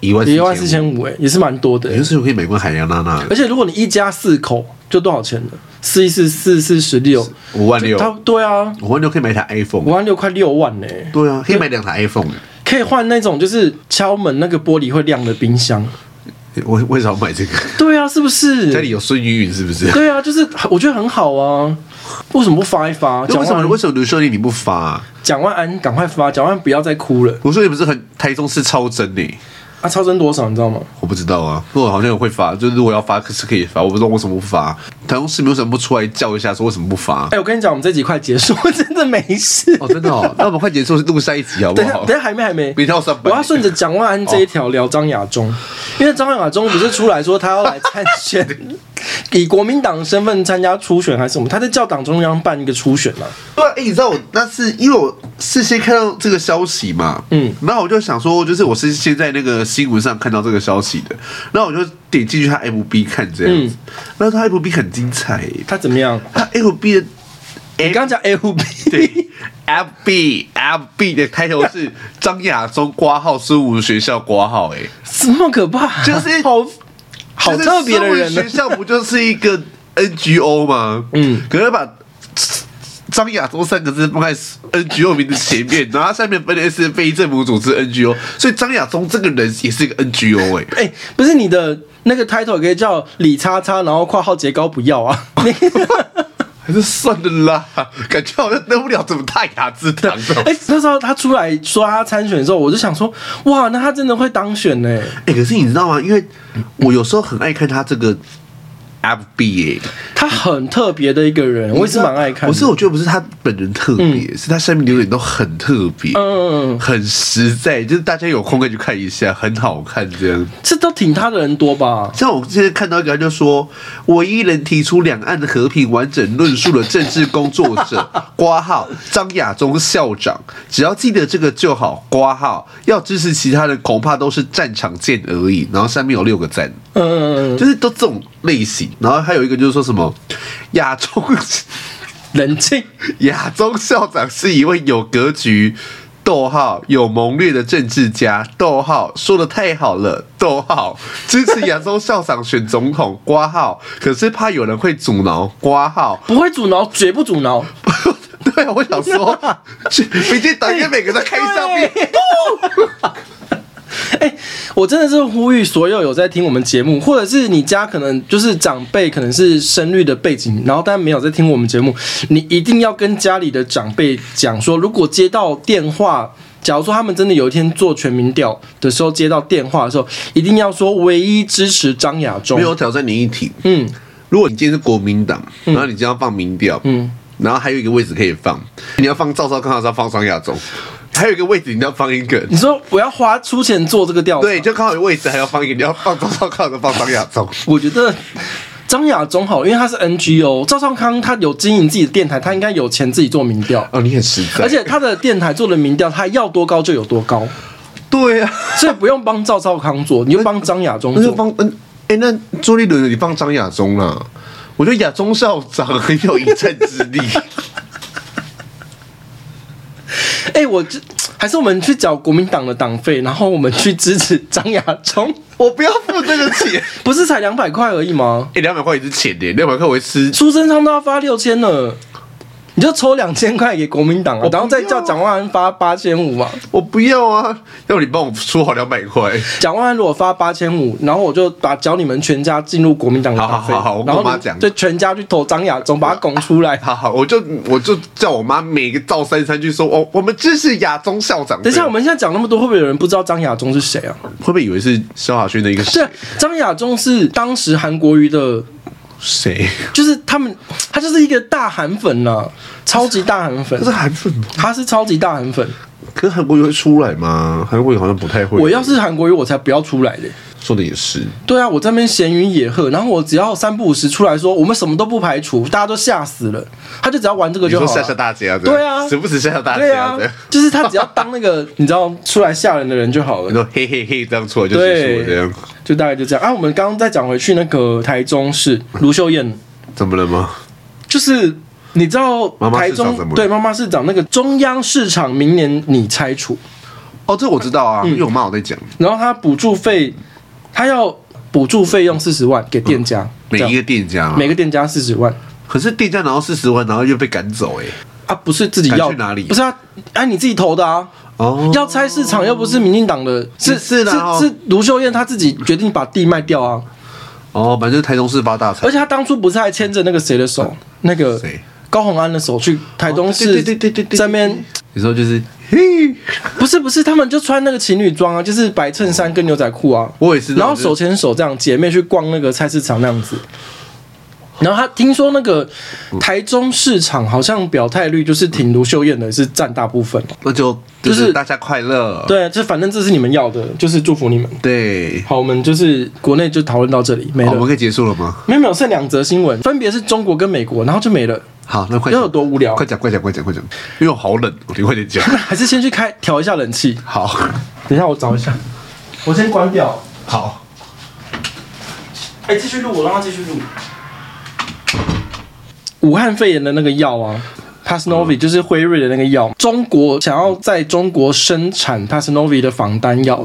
S2: 一万
S1: 一万四
S2: 四千
S1: 千五，
S2: 五。
S1: 哎，也是蛮多的、
S2: 也
S1: 欸
S2: 就。是我可以买一罐海洋娜娜的
S1: 而且如果你一家四口，就多少钱呢？四一四四四十六，
S2: 五万六，
S1: 他对啊，
S2: 五万六可以买一台
S1: 五
S2: iPhone，
S1: 万六块六万呢、
S2: 对啊，可以买两台 iPhone 欸
S1: 可以换那种就是敲门那个玻璃会亮的冰箱。
S2: 我为什么要买这个？
S1: 对啊，是不
S2: 家
S1: 是？
S2: 里有孙云云是不是？
S1: 对啊，就是我觉得很好啊。为什么不发一发？
S2: 那
S1: 蒋
S2: 为什
S1: 万
S2: 么
S1: 安
S2: 为什么卢秀燕你不发、啊？
S1: 蒋万安赶快发，蒋万安不要再哭了。
S2: 卢秀燕不是很台中市超真呢、欸
S1: 啊，超增多少你知道吗？
S2: 我不知道啊，不过好像有会发，就是如果要发可是可以发，我不知道为什么不发。啊台中市民为什么不出来叫一下，说为什么不发啊
S1: 哎、？我跟你讲，我们这集快结束，真的没事。
S2: 哦，真的 哦，那我们快结束录下一集好不
S1: 等一下，
S2: 好
S1: 等一？下还没还没，
S2: 明天要上班
S1: 我要顺着蒋万安这一条聊张亚
S2: 哦
S1: 中，因为张亚中不是出来说他要来参 选，以国民党身份参加初选还是什么？他在叫党中央办一个初选嘛？
S2: 对啊，哎、你知道我那是因为我事先看到这个消息嘛，
S1: 嗯，
S2: 然后我就想说，就是我是先在那个新闻上看到这个消息的，然后我就点进去他 FB 看这样子，然后他 FB 很精彩、欸，
S1: 他怎么样？
S2: 他 FB 的
S1: 你刚刚讲 F B，
S2: 对 F B F B 的开头是张亚中挂号苏武学校挂号、欸，
S1: 怎么那么可怕？
S2: 就是
S1: 好好特别的人呢
S2: 就是私立学。校不就是一 个 NGO 吗？嗯，可是把张亚中三个字放在 NGO 名字前面，然后它下面分类是非政府组织 NGO，所以张亚中这个人也是一个 NGO 哎、
S1: 哎、不是你的那个 title 可以叫李叉叉，然后括号截高不要 啊。那个
S2: 还是算了啦，感觉好像登不了什么大雅之堂这种。
S1: 哎、那时候他出来说他参选的时候，我就想说，哇，那他真的会当选呢、
S2: 哎、可是你知道吗？因为我有时候很爱看他这个 FB 哎、
S1: 他很特别的一个人，我也是蛮爱看的。嗯
S2: 不是，我觉得不是他本人特别，是他下面留言都很特别，
S1: 嗯嗯嗯
S2: 很实在，就是大家有空可以去看一下，很好看这样。
S1: 这都挺他的人多吧？
S2: 像我现在看到一个，他就说，我一人提出两岸和平完整论述的政治工作 者，挂号张亚中校长，只要记得这个就好，挂号要支持其他人，恐怕都是战场见而已。然后下面有六个赞，
S1: 嗯嗯嗯，
S2: 就是都这种类型。然后还有一个就是说什么亚中。
S1: 冷静。
S2: 亚中校长是一位有格局。逗号有谋略的政治家，逗号说的太好了，逗号支持亚洲校长选总统，挂号可是怕有人会阻挠，挂号。
S1: 不会阻挠，绝不阻挠。
S2: 对啊，我想说，民进党应该每个都开上面，
S1: 哎、我真的是呼吁所有有在听我们节目，或者是你家可能就是长辈，可能是深绿的背景，然后但没有在听我们节目，你一定要跟家里的长辈讲说，如果接到电话。假如说他们真的有一天做全民调的时候接到电话的时候，一定要说唯一支持张亚中。
S2: 没有，我挑战你一题。
S1: 嗯，
S2: 如果你今天是国民党，然后你今天要放民调，嗯，然后还有一个位置可以放，你要放赵少康还是要放张亚中？还有一个位置你要放一个，
S1: 你说我要花出钱做这个调查，
S2: 对，就刚好有位置还要放一个，你要放多少靠着放张亚中。
S1: 我觉得张亚中好，因为他是 NGO，赵少康他有经营自己的电台，他应该有钱自己做民调。
S2: 哦，你很实在，
S1: 而且他的电台做的民调，他要多高就有多高，
S2: 对啊，
S1: 所以不用帮赵少康做，你就帮张亚中
S2: 那就
S1: 做。
S2: 放嗯，哎、那朱立伦你放张亚中啦，我觉得亚中校长很有一战之力。
S1: 哎、我这还是我们去缴国民党的党费，然后我们去支持张亚中，
S2: 我不要付这个钱，
S1: 不是才两百块而已吗？
S2: 哎、两百块也是钱的，两百块我会吃。
S1: 苏贞昌都要发六千了。你就抽两千块给国民党、啊，然后再叫蒋万安发八千五嘛。
S2: 我不要啊，要不你帮我出好两百块。
S1: 蒋万安如果发八千五，然后我就把缴你们全家进入国民党的党费，
S2: 好好好好我跟
S1: 然后
S2: 我妈
S1: 你
S2: 讲
S1: 就全家去投张亚中，把他拱出来。
S2: 好好，我就我就叫我妈每个赵三三去说，哦，我们支持亚中校 长。
S1: 等一下，我们现在讲那么多，会不会有人不知道张亚中是谁啊？
S2: 会不会以为是萧亚轩的一个
S1: 对，张亚中是当时韩国瑜的，
S2: 谁？
S1: 就是他们，他就是一个大韩粉呐、超级大韩粉
S2: 这是，韩粉吗？
S1: 他是超级大韩粉。
S2: 可是韩国瑜会出来吗？韩国瑜好像不太会。
S1: 我要是韩国瑜，我才不要出来嘞。
S2: 说的也是，
S1: 对啊，我这边闲云野鹤，然后我只要三不五时出来说，我们什么都不排除，大家都吓死了，他就只要玩这个
S2: 你
S1: 就
S2: 说
S1: 好
S2: 吓吓
S1: 了。
S2: 大家的，
S1: 对啊
S2: 时不时吓吓大
S1: 对
S2: 家
S1: 啊
S2: 的，，
S1: 就是他只要当那 个你知道出来吓人的人就好
S2: 你
S1: 了，
S2: 说嘿嘿嘿这样出来就结束
S1: 对
S2: 了，这样，
S1: 就大概就这样啊。我们刚刚再讲回去那个台中市
S2: 嗯
S1: 卢秀燕，
S2: 怎么了吗？
S1: 就是你知道
S2: 妈妈市
S1: 台
S2: 长
S1: 中
S2: 怎么了
S1: 对妈妈市长那个中央市场明年你拆除，
S2: 哦，这我知道
S1: 嗯
S2: 啊，因为我妈有在讲，
S1: 然后他补助费，他要补助费用四十万给店家，
S2: 嗯每
S1: 这
S2: 一
S1: 样
S2: 个店家嘛，
S1: 每个店家四十万
S2: 可是店家拿到四十万，然后又被赶走，哎，
S1: 啊，不是自己要
S2: 敢去哪里
S1: 不是啊，哎、你自己投的啊。
S2: 哦，
S1: 要拆市场又不是民进党的，是
S2: 也是啦哦
S1: 是是卢秀燕她自己决定把地卖掉啊，
S2: 哦，反正台中市发大财
S1: 而，且她当初不是还牵着那个谁的手，那个
S2: 啊谁
S1: 高虹安的手去台中市，
S2: 哦对对对对对对
S1: 在那边
S2: 你说就是嘿，
S1: 不是不是，他们就穿那个情侣装啊，就是白衬衫跟牛仔裤啊，
S2: 哦我也是那种，
S1: 然后手牵手这样，姐妹去逛那个菜市场那样子。然后他听说那个台中市场好像表态率就是挺卢秀燕的，是占大部分。
S2: 那就
S1: 就
S2: 就是是大家快乐，
S1: 对，啊这反正这是你们要的，就是祝福你们。
S2: 对，
S1: 好，我们就是国内就讨论到这里，没
S2: 好，我们
S1: 了。
S2: 可以结束了吗？
S1: 没有没有，剩两则新闻，分别是中国跟美国，然后就没了。
S2: 好，那快
S1: 要
S2: 讲
S1: 有多无聊
S2: 快？讲快讲快讲快讲，因为我好冷，我你快点 讲，
S1: 还是先去开调一下冷气。
S2: 好
S1: 等一下，我找一下，我先关掉。
S2: 好，
S1: 哎、继续录，我让他继续录。武汉肺炎的那个药啊， Pasnovi 就是辉瑞的那个药，中国想要在中国生产 Pasnovi 的仿单药，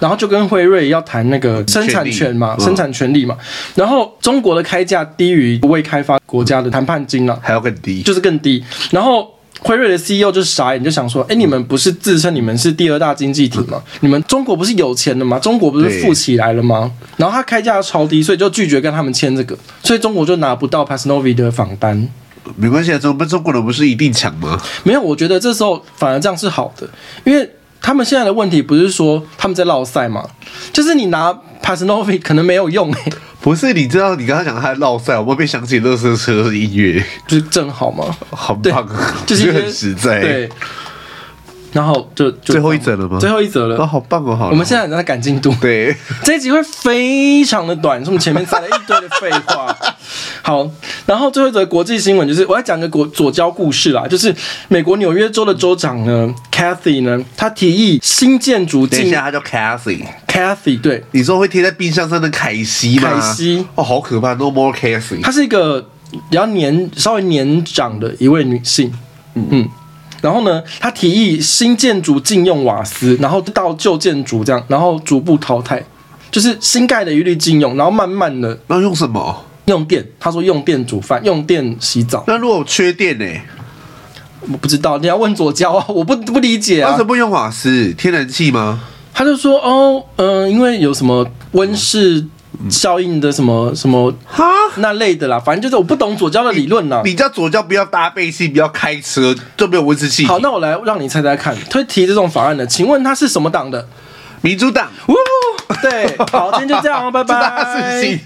S1: 然后就跟辉瑞要谈那个生产嗯权嘛，
S2: 权利嗯
S1: 生产权利嘛，然后中国的开价低于未开发国家的谈判金了、
S2: 还要更低，
S1: 就是更低。然后辉瑞的 CEO 就是傻眼，就想说：哎、你们不是自称你们是第二大经济体吗？你们中国不是有钱了吗？中国不是富起来了吗？然后他开价超低，所以就拒绝跟他们签这个，所以中国就拿不到 Pasnovi 的访单。
S2: 没关系啊，中中国人不是一定强吗？
S1: 没有，我觉得这时候反而这样是好的，因为他们现在的问题不是说他们在落赛嘛，就是你拿 Pasnovi 可能没有用、欸，
S2: 不是，你知道你刚刚讲他绕赛，我会被想起乐色车的音乐，
S1: 就是正好嘛，
S2: 好
S1: 对
S2: 棒啊，
S1: 就是一些
S2: 很实在。，
S1: 对。然后就就
S2: 最后一则了吗
S1: 最后一则了，
S2: 哦，好棒哦，好了。
S1: 我们现在在赶进度，
S2: 对，
S1: 这一集会非常的短，是我们前面塞了一堆的废 话。好，然后最后一则国际新闻就是我要讲一个国左交故事啦，就是美国纽约州的州长呢，Cathy 呢，他提议新建筑
S2: 等一
S1: 禁
S2: 下，他叫 Cassie，
S1: Cathy，对，
S2: 你说会贴在冰箱上的凯西吗？
S1: 凯西，
S2: 哦，好可怕，No more Cassie。
S1: 她是一个比较年稍微年长的一位女性，嗯嗯。然后呢，她提议新建筑禁用瓦斯，然后到旧建筑这样，然后逐步淘汰，就是新盖的一律禁用，然后慢慢的
S2: 那用什么？
S1: 用电，他说用电煮饭，用电洗澡，
S2: 那如果缺电呢？
S1: 我不知道，你要问左交啊，我不不理解
S2: 为
S1: 啊
S2: 什。么用瓦斯？天然气吗？
S1: 他就说哦，嗯、因为有什么温室效应的什么什么
S2: 哈，
S1: 那类的啦，反正就是我不懂左交的理论啦。
S2: 你叫左教不要搭背心，不要开车，就没有温室气体。
S1: 好，那我来让你猜猜看，推提这种法案的，请问他是什么党的？
S2: 民主党，
S1: 呜，对，好，今天就这样哦，拜
S2: 祝大家顺
S1: 拜
S2: 心。。